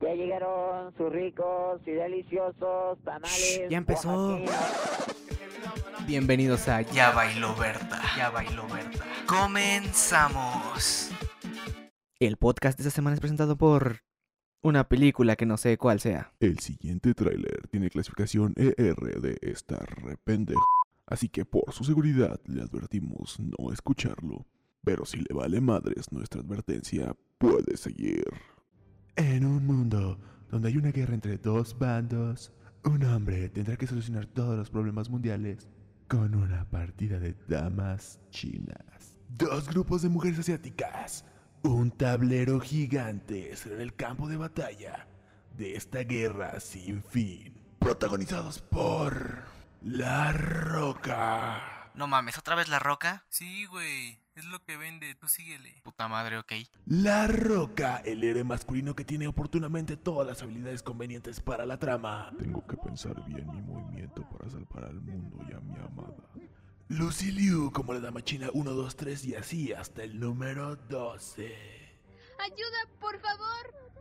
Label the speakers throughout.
Speaker 1: Ya llegaron sus ricos y deliciosos tamales.
Speaker 2: ya empezó. Bienvenidos a Ya Bailó Berta. Ya Bailó Berta. Comenzamos. El podcast de esta semana es presentado por una película que no sé cuál sea.
Speaker 3: El siguiente tráiler tiene clasificación ER de esta repente. Así que por su seguridad le advertimos no escucharlo. Pero si le vale madres nuestra advertencia, puede seguir. En un mundo donde hay una guerra entre dos bandos, un hombre tendrá que solucionar todos los problemas mundiales con una partida de damas chinas. Dos grupos de mujeres asiáticas. Un tablero gigante será el campo de batalla de esta guerra sin fin. Protagonizados por La Roca.
Speaker 2: No mames, ¿otra vez La Roca?
Speaker 4: Sí, güey. Es lo que vende. Tú síguele.
Speaker 2: Puta madre, ok.
Speaker 3: La Roca, el héroe masculino que tiene oportunamente todas las habilidades convenientes para la trama. Tengo que pensar bien mi movimiento para salvar al mundo y a mi amada. Lucy Liu como la dama china 1, 2, 3 y así hasta el número 12.
Speaker 5: ¡Ayuda, por favor!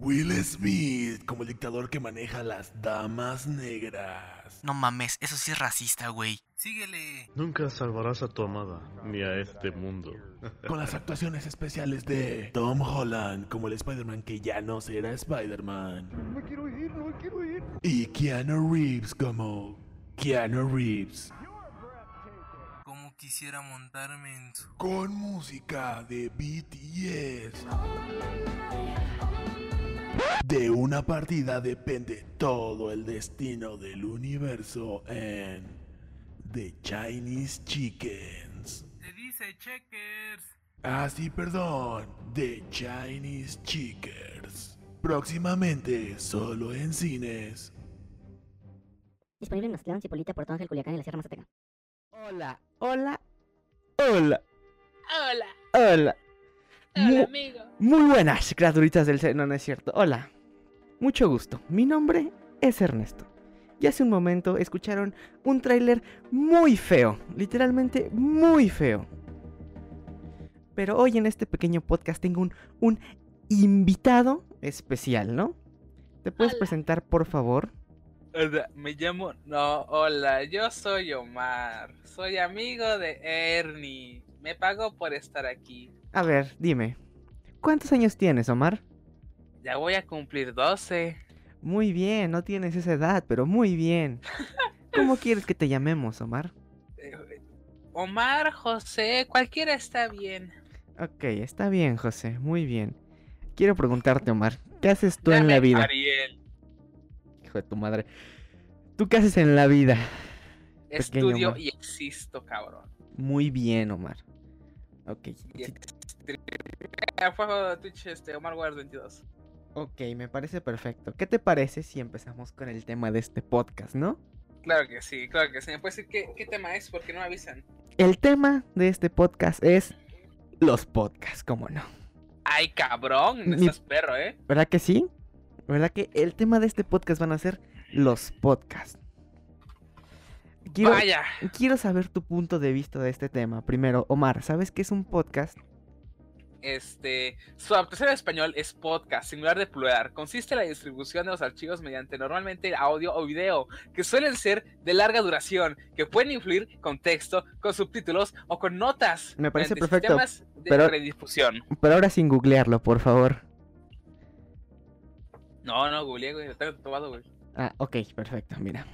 Speaker 3: Will Smith como el dictador que maneja las damas negras.
Speaker 2: No mames, eso sí es racista, güey.
Speaker 4: Síguele.
Speaker 6: Nunca salvarás a tu amada ni a este mundo.
Speaker 3: Con las actuaciones especiales de Tom Holland como el Spider-Man que ya no será Spider-Man.
Speaker 7: No quiero ir, no quiero ir.
Speaker 3: Y Keanu Reeves como Keanu Reeves.
Speaker 4: Como quisiera montarme en su...
Speaker 3: Con música de BTS. De una partida depende todo el destino del universo en The Chinese Chickens.
Speaker 4: Te dice checkers.
Speaker 3: Ah, sí, perdón. The Chinese Chickers. Próximamente solo en cines.
Speaker 8: Disponible en Mazatlán, Cipolita, Puerto Ángel, Culiacán y la Sierra Mazateca.
Speaker 1: Hola, hola,
Speaker 2: Hola,
Speaker 5: Hola,
Speaker 2: hola.
Speaker 5: hola,
Speaker 2: Mu-
Speaker 5: amigo.
Speaker 2: Muy buenas, criaturitas del seno, no es cierto. Hola, mucho gusto. Mi nombre es Ernesto. Y hace un momento escucharon un tráiler muy feo, literalmente muy feo. Pero hoy en este pequeño podcast tengo un, un invitado especial, ¿no? ¿Te puedes
Speaker 5: Hola.
Speaker 2: presentar, por favor?
Speaker 4: Hola, me llamo... No, hola, yo soy Omar. Soy amigo de Ernie. Me pagó por estar aquí.
Speaker 2: A ver, dime, ¿cuántos años tienes, Omar?
Speaker 4: Ya voy a cumplir 12.
Speaker 2: Muy bien, no tienes esa edad, pero muy bien. ¿Cómo quieres que te llamemos, Omar?
Speaker 4: Eh, Omar, José, cualquiera está bien.
Speaker 2: Ok, está bien, José, muy bien. Quiero preguntarte, Omar, ¿qué haces tú en
Speaker 4: Llame
Speaker 2: la vida?
Speaker 4: Ariel.
Speaker 2: Hijo de tu madre. ¿Tú qué haces en la vida? Pequeño
Speaker 4: Estudio
Speaker 2: Omar.
Speaker 4: y existo, cabrón.
Speaker 2: Muy bien, Omar. Ok,
Speaker 4: Y
Speaker 2: sí-
Speaker 4: Eh, Fue juego de Twitch, este, Omar War 22.
Speaker 2: ok, me parece perfecto. ¿Qué te parece si empezamos con el tema de este podcast, no?
Speaker 4: Claro que sí, claro que sí. ¿Me puedes decir qué, qué tema es? Porque no me avisan.
Speaker 2: El tema de este podcast es los podcasts, ¿cómo no?
Speaker 4: Ay, cabrón,
Speaker 2: Mi-
Speaker 4: estás perro, ¿eh?
Speaker 2: ¿Verdad que sí? ¿Verdad que el tema de este podcast van a ser los podcasts? Quiero-
Speaker 4: Vaya,
Speaker 2: Quiero saber tu punto de vista de este tema. Primero, Omar, ¿sabes qué es un podcast?
Speaker 4: este, su adaptación en español es podcast, singular de plural. Consiste en la distribución de los archivos mediante normalmente audio o video, que suelen ser de larga duración, que pueden influir con texto, con subtítulos o con notas.
Speaker 2: Me parece
Speaker 4: mediante
Speaker 2: perfecto,
Speaker 4: Sistemas de
Speaker 2: pero-
Speaker 4: redifusión.
Speaker 2: Pero ahora sin googlearlo, por favor.
Speaker 4: No, no, googleé, güey, lo tengo tomado, güey.
Speaker 2: Ah, ok, perfecto, mira.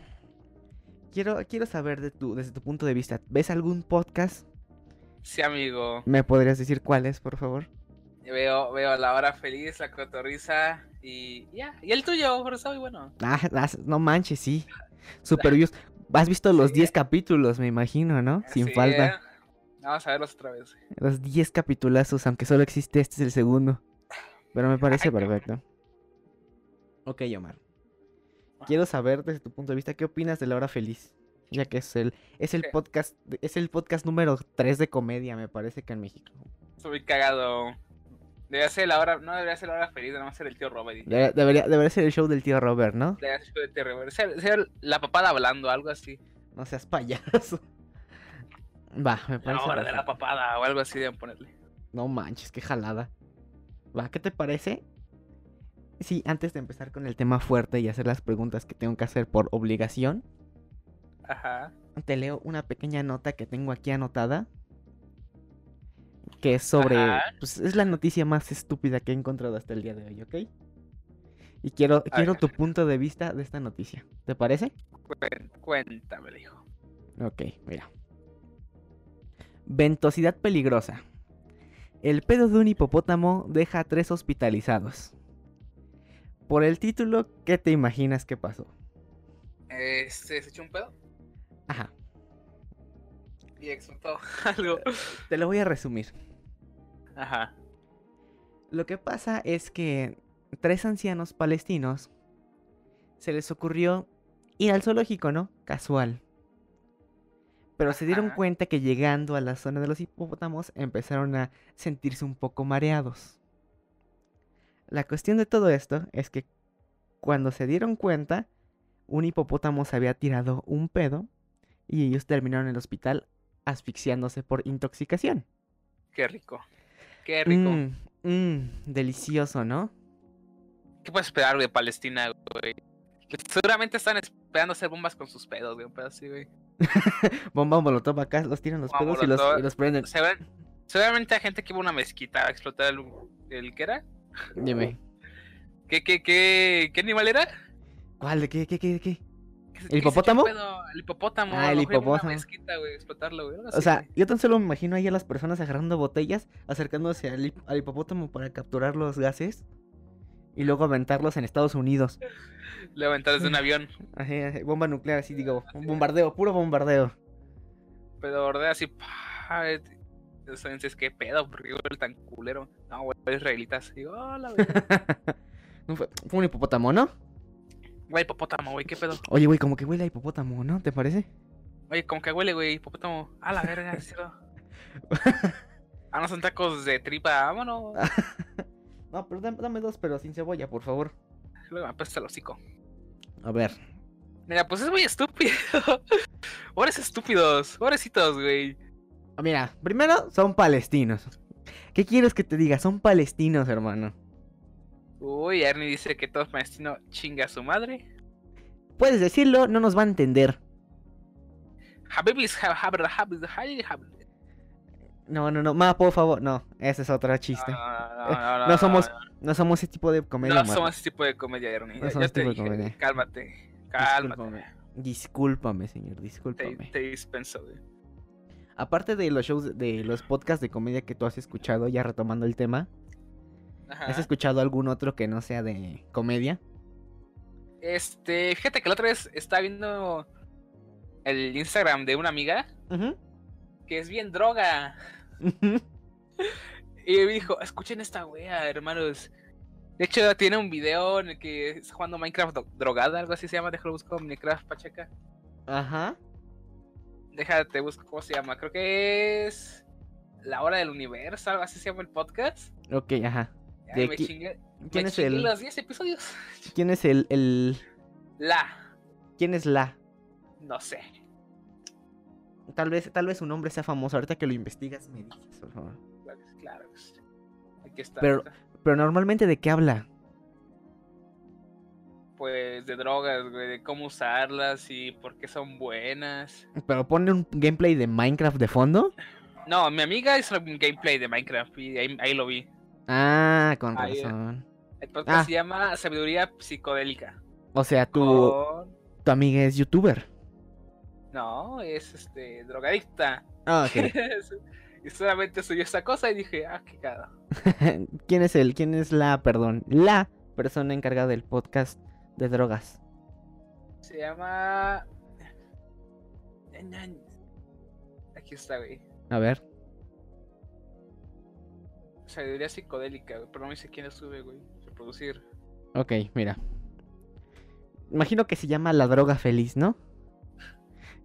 Speaker 2: Quiero, quiero saber de tu, desde tu punto de vista, ¿ves algún podcast?
Speaker 4: Sí, amigo.
Speaker 2: ¿Me podrías decir cuál es, por favor?
Speaker 4: Veo, veo la hora feliz, la cotorriza y ya. Y el tuyo, pero está muy bueno.
Speaker 2: Ah, las- no manches, sí. Super views. Has visto los
Speaker 4: Sí.
Speaker 2: 10 capítulos, me imagino, ¿no? Sin
Speaker 4: Así
Speaker 2: falta.
Speaker 4: es. Vamos a verlos otra vez.
Speaker 2: Los 10 capitulazos, aunque solo existe este es el segundo. Pero me parece
Speaker 4: Ay, cabrón.
Speaker 2: perfecto. Ok, Omar. Quiero saber desde tu punto de vista qué opinas de La Hora Feliz, ya que es el es el
Speaker 4: Eh.
Speaker 2: podcast es el podcast número 3 de comedia, me parece que en México.
Speaker 4: Estoy cagado. Debería ser la hora, no debería ser la hora feliz, nada más ser el tío Robert.
Speaker 2: Debe- Debería, debería ser el show del tío Robert, ¿no?
Speaker 4: Debería ser el tío Robert. Ser, ser la papada hablando, algo así.
Speaker 2: No seas payaso. Va, me
Speaker 4: La
Speaker 2: parece.
Speaker 4: hora de
Speaker 2: perfecto.
Speaker 4: la papada o algo así deben ponerle.
Speaker 2: No manches, qué jalada. Va, ¿qué te parece? Sí, antes de empezar con el tema fuerte y hacer las preguntas que tengo que hacer por obligación,
Speaker 4: Ajá.
Speaker 2: te leo una pequeña nota que tengo aquí anotada. Que es sobre.
Speaker 4: Ajá.
Speaker 2: Pues es la noticia más estúpida que he encontrado hasta el día de hoy, ¿ok? Y quiero, quiero tu punto de vista de esta noticia. ¿Te parece?
Speaker 4: Cuen- Cuéntame, hijo.
Speaker 2: Ok, mira. Ventosidad peligrosa. El pedo de un hipopótamo deja a tres hospitalizados. Por el título, ¿qué te imaginas que pasó?
Speaker 4: Este, se echó un pedo
Speaker 2: Ajá,
Speaker 4: y explotó algo.
Speaker 2: te lo voy a resumir.
Speaker 4: Ajá.
Speaker 2: Lo que pasa es que tres ancianos palestinos se les ocurrió ir al zoológico, ¿no? Casual. Pero se dieron
Speaker 4: Ajá.
Speaker 2: cuenta que llegando a la zona de los hipopótamos empezaron a sentirse un poco mareados. La cuestión de todo esto es que cuando se dieron cuenta, un hipopótamo se había tirado un pedo y ellos terminaron en el hospital asfixiándose por intoxicación.
Speaker 4: Qué rico. Qué rico.
Speaker 2: Mm, mm, delicioso, ¿no?
Speaker 4: ¿Qué puedes esperar, güey, de Palestina, güey? Que Seguramente están esperando hacer bombas con sus pedos, güey, un pedo así, güey.
Speaker 2: Bomba molotov acá, los tiran los
Speaker 4: Bomba
Speaker 2: pedos y los,
Speaker 4: molotov.
Speaker 2: y los prenden.
Speaker 4: Segura- Seguramente hay gente que iba a una mezquita a explotar el, el ¿qué era?
Speaker 2: Dime.
Speaker 4: ¿Qué, qué, qué, qué animal era?
Speaker 2: ¿Cuál? ¿De qué? ¿Qué? ¿Qué? qué?
Speaker 4: ¿Qué- qué se
Speaker 2: ¿El
Speaker 4: echó
Speaker 2: hipopótamo?
Speaker 4: pedo? El hipopótamo.
Speaker 2: Ah,
Speaker 4: a
Speaker 2: el
Speaker 4: lo mejor iba a
Speaker 2: hipopótamo.
Speaker 4: Una mezquita, güey, explotarlo, güey. algo
Speaker 2: O
Speaker 4: así,
Speaker 2: sea,
Speaker 4: güey.
Speaker 2: yo tan solo me imagino ahí a las personas agarrando botellas, acercándose al, hip- al hipopótamo para capturar los gases y luego aventarlos en Estados Unidos.
Speaker 4: Le aventar desde un avión.
Speaker 2: Ajá, ajá, bomba nuclear, así digo, bombardeo, puro bombardeo.
Speaker 4: Pero ordea así. pa, eh, Entonces, qué pedo, porque el tan culero. No, güey, israelitas. Digo, hola, güey.
Speaker 2: No fue, fue un hipopótamo, ¿no?
Speaker 4: Güey, hipopótamo, güey, qué pedo.
Speaker 2: Oye, güey, como que huele a hipopótamo, ¿no? ¿Te parece?
Speaker 4: Oye, como que huele, güey, hipopótamo. A la verga, es cierto. Ah, no son tacos de tripa, vámonos.
Speaker 2: Ah. No, pero dame, dame dos, pero sin cebolla, por favor.
Speaker 4: Luego me apesta el hocico.
Speaker 2: A ver.
Speaker 4: Mira, pues es muy estúpido. Pobres estúpidos, pobrecitos, güey.
Speaker 2: Mira, primero son palestinos. ¿Qué quieres que te diga? Son palestinos, hermano.
Speaker 4: Uy, Ernie dice que todo palestino chinga a su madre.
Speaker 2: Puedes decirlo, no nos va a entender.
Speaker 4: Habibis, ha- habr, habis, hay- hab-
Speaker 2: No, no, no, ma, por favor, no, ese es otro
Speaker 4: No,
Speaker 2: chiste. Eh,
Speaker 4: no, no, no,
Speaker 2: No somos,
Speaker 4: no,
Speaker 2: no somos ese tipo de
Speaker 4: no,
Speaker 2: comedia.
Speaker 4: Ah. no
Speaker 2: Marta.
Speaker 4: somos ese tipo de comedia, Ernie.
Speaker 2: No
Speaker 4: Ya-
Speaker 2: somos
Speaker 4: ya te
Speaker 2: tipo de
Speaker 4: dije,
Speaker 2: comedia.
Speaker 4: Cálmate, cálmate.
Speaker 2: Discúlpame. Discúlpame, señor,
Speaker 4: Te,
Speaker 2: discúlpame.
Speaker 4: te dispenso, güey.
Speaker 2: Aparte de los shows, de los podcasts de comedia que tú has escuchado, ya retomando el tema,
Speaker 4: Ajá.
Speaker 2: ¿has escuchado algún otro que no sea de comedia?
Speaker 4: Este, fíjate que la otra vez estaba viendo el Instagram de una amiga que es bien droga. Y me dijo, escuchen esta wea, hermanos. De hecho, tiene un video en el que está jugando Minecraft dro- drogada, algo así se llama. Déjalo busco Minecraft Pacheca.
Speaker 2: Ajá.
Speaker 4: Déjate, busco cómo se llama. Creo que es La Hora del Universo, algo así se llama el podcast.
Speaker 2: Ok, ajá.
Speaker 4: Ay,
Speaker 2: ¿De
Speaker 4: me
Speaker 2: qui-
Speaker 4: chingué,
Speaker 2: ¿Quién
Speaker 4: me
Speaker 2: es
Speaker 4: chingué
Speaker 2: el,
Speaker 4: los 10 episodios.
Speaker 2: quién es el, el,
Speaker 4: La,
Speaker 2: quién es la?
Speaker 4: no sé.
Speaker 2: Tal vez, tal vez su nombre sea famoso. Ahorita que lo investigas me dices, por favor.
Speaker 4: Claro, claro. Aquí está.
Speaker 2: Pero- Pero normalmente de qué habla?
Speaker 4: Pues de drogas, güey, de cómo usarlas y por qué son buenas.
Speaker 2: Pero pone un gameplay de Minecraft de fondo.
Speaker 4: No, mi amiga hizo un gameplay de Minecraft y ahí, ahí lo vi.
Speaker 2: Ah, con
Speaker 4: Ahí, eh.
Speaker 2: razón.
Speaker 4: El podcast
Speaker 2: Ah.
Speaker 4: se llama Sabiduría Psicodélica.
Speaker 2: O sea, tu,
Speaker 4: Con-
Speaker 2: tu amiga es youtuber.
Speaker 4: No, es este drogadicta.
Speaker 2: Ah, ok.
Speaker 4: y solamente subió esa cosa y dije, ah, qué cagado.
Speaker 2: ¿Quién es él? ¿Quién es la, perdón, la persona encargada del podcast de drogas?
Speaker 4: Se llama. eh, Aquí está, güey.
Speaker 2: A ver.
Speaker 4: Sabiduría psicodélica, güey. Pero no me dice quién la sube, güey. Reproducir.
Speaker 2: Ok, mira. Imagino que se llama La Droga Feliz, ¿no?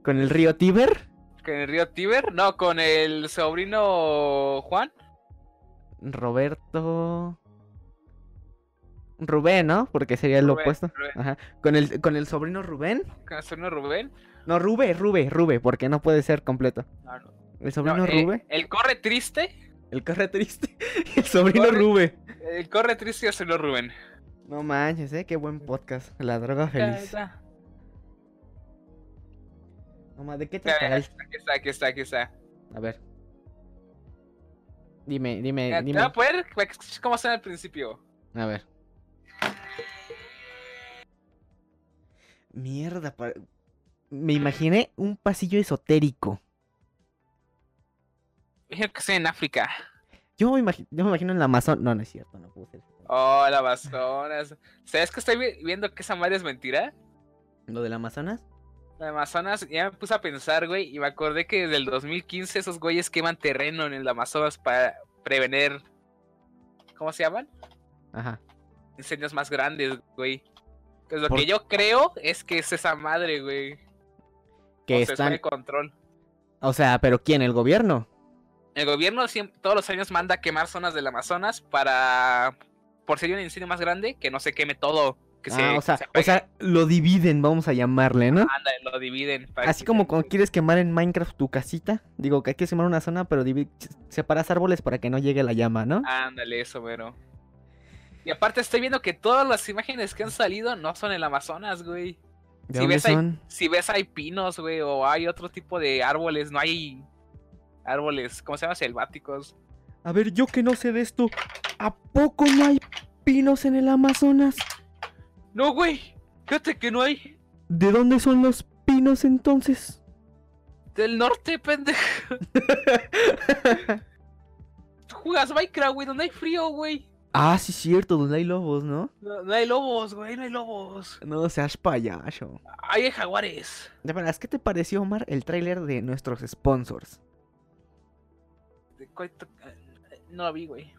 Speaker 2: Con el río Tíber.
Speaker 4: ¿Con el río Tíber? No, con el sobrino Juan.
Speaker 2: Roberto. Rubén, ¿no? Porque sería lo
Speaker 4: Rubén,
Speaker 2: opuesto.
Speaker 4: Rubén.
Speaker 2: Ajá. Con el, con el sobrino Rubén.
Speaker 4: Con el sobrino Rubén.
Speaker 2: No, Rube, Rube, Rube, porque no puede ser completo.
Speaker 4: No, no.
Speaker 2: El
Speaker 4: No,
Speaker 2: sobrino
Speaker 4: eh,
Speaker 2: Rube,
Speaker 4: el corre triste.
Speaker 2: el corre triste, el sobrino
Speaker 4: corre-
Speaker 2: Rube.
Speaker 4: El corre triste y el sobrino Rubén.
Speaker 2: No manches, eh, qué buen podcast. La droga feliz.
Speaker 4: Está,
Speaker 2: No ma- ¿de qué
Speaker 4: está.
Speaker 2: tratará el-
Speaker 4: Aquí está, aquí está, aquí está.
Speaker 2: A ver. Dime, dime,
Speaker 4: Mira, Te
Speaker 2: dime.
Speaker 4: voy a poner cómo suena al principio.
Speaker 2: A ver. Mierda, pa- me imaginé un pasillo esotérico.
Speaker 4: Imagino que estoy en África.
Speaker 2: Yo me, imagi- yo me imagino en la Amazon. No, no es cierto, no puedo ser.
Speaker 4: Oh, la Amazonas. ¿Sabes que estoy vi- viendo que esa madre es mentira?
Speaker 2: ¿Lo del Amazonas?
Speaker 4: La Amazonas, ya me puse a pensar, güey, y me acordé que desde el 2015 esos güeyes queman terreno en el Amazonas para prevenir. ¿Cómo se llaman?
Speaker 2: Ajá.
Speaker 4: Incendios más grandes, güey. Pues lo
Speaker 2: Por-
Speaker 4: que yo creo es que es esa madre, güey.
Speaker 2: Que
Speaker 4: O sea, está
Speaker 2: están.
Speaker 4: de control.
Speaker 2: O sea, ¿pero quién? ¿El gobierno?
Speaker 4: El gobierno siem- todos los años manda a quemar zonas del Amazonas para, por si hay un incendio más grande, que no se queme todo. Que se,
Speaker 2: ah, o sea,
Speaker 4: se
Speaker 2: o
Speaker 4: apague.
Speaker 2: sea, lo dividen, vamos a llamarle, ¿no?
Speaker 4: Ándale, lo dividen. para
Speaker 2: Así
Speaker 4: que-
Speaker 2: como cuando quieres quemar en Minecraft tu casita. Digo que hay que quemar una zona, pero divi- separas árboles para que no llegue la llama, ¿no?
Speaker 4: Ándale, eso, mero. Y aparte estoy viendo que todas las imágenes que han salido no son el Amazonas, güey.
Speaker 2: ¿De
Speaker 4: si
Speaker 2: dónde
Speaker 4: ves ahí-
Speaker 2: son?
Speaker 4: Si ves hay pinos, güey, o hay otro tipo de árboles, no hay árboles, ¿cómo se llama? Selváticos.
Speaker 2: A ver, yo que no sé de esto, ¿a poco no hay pinos en el Amazonas?
Speaker 4: No, güey, fíjate que no hay.
Speaker 2: ¿De dónde son los pinos entonces?
Speaker 4: Del norte, pendejo. Tú jugas Minecraft, güey, donde hay frío, güey.
Speaker 2: Ah, sí, cierto, donde hay lobos, ¿no?
Speaker 4: No, no hay lobos, güey, no hay lobos.
Speaker 2: No seas payaso.
Speaker 4: Ahí Hay jaguares.
Speaker 2: De veras, ¿qué te pareció, Omar, el tráiler de nuestros sponsors?
Speaker 4: De cuento- No lo vi, güey.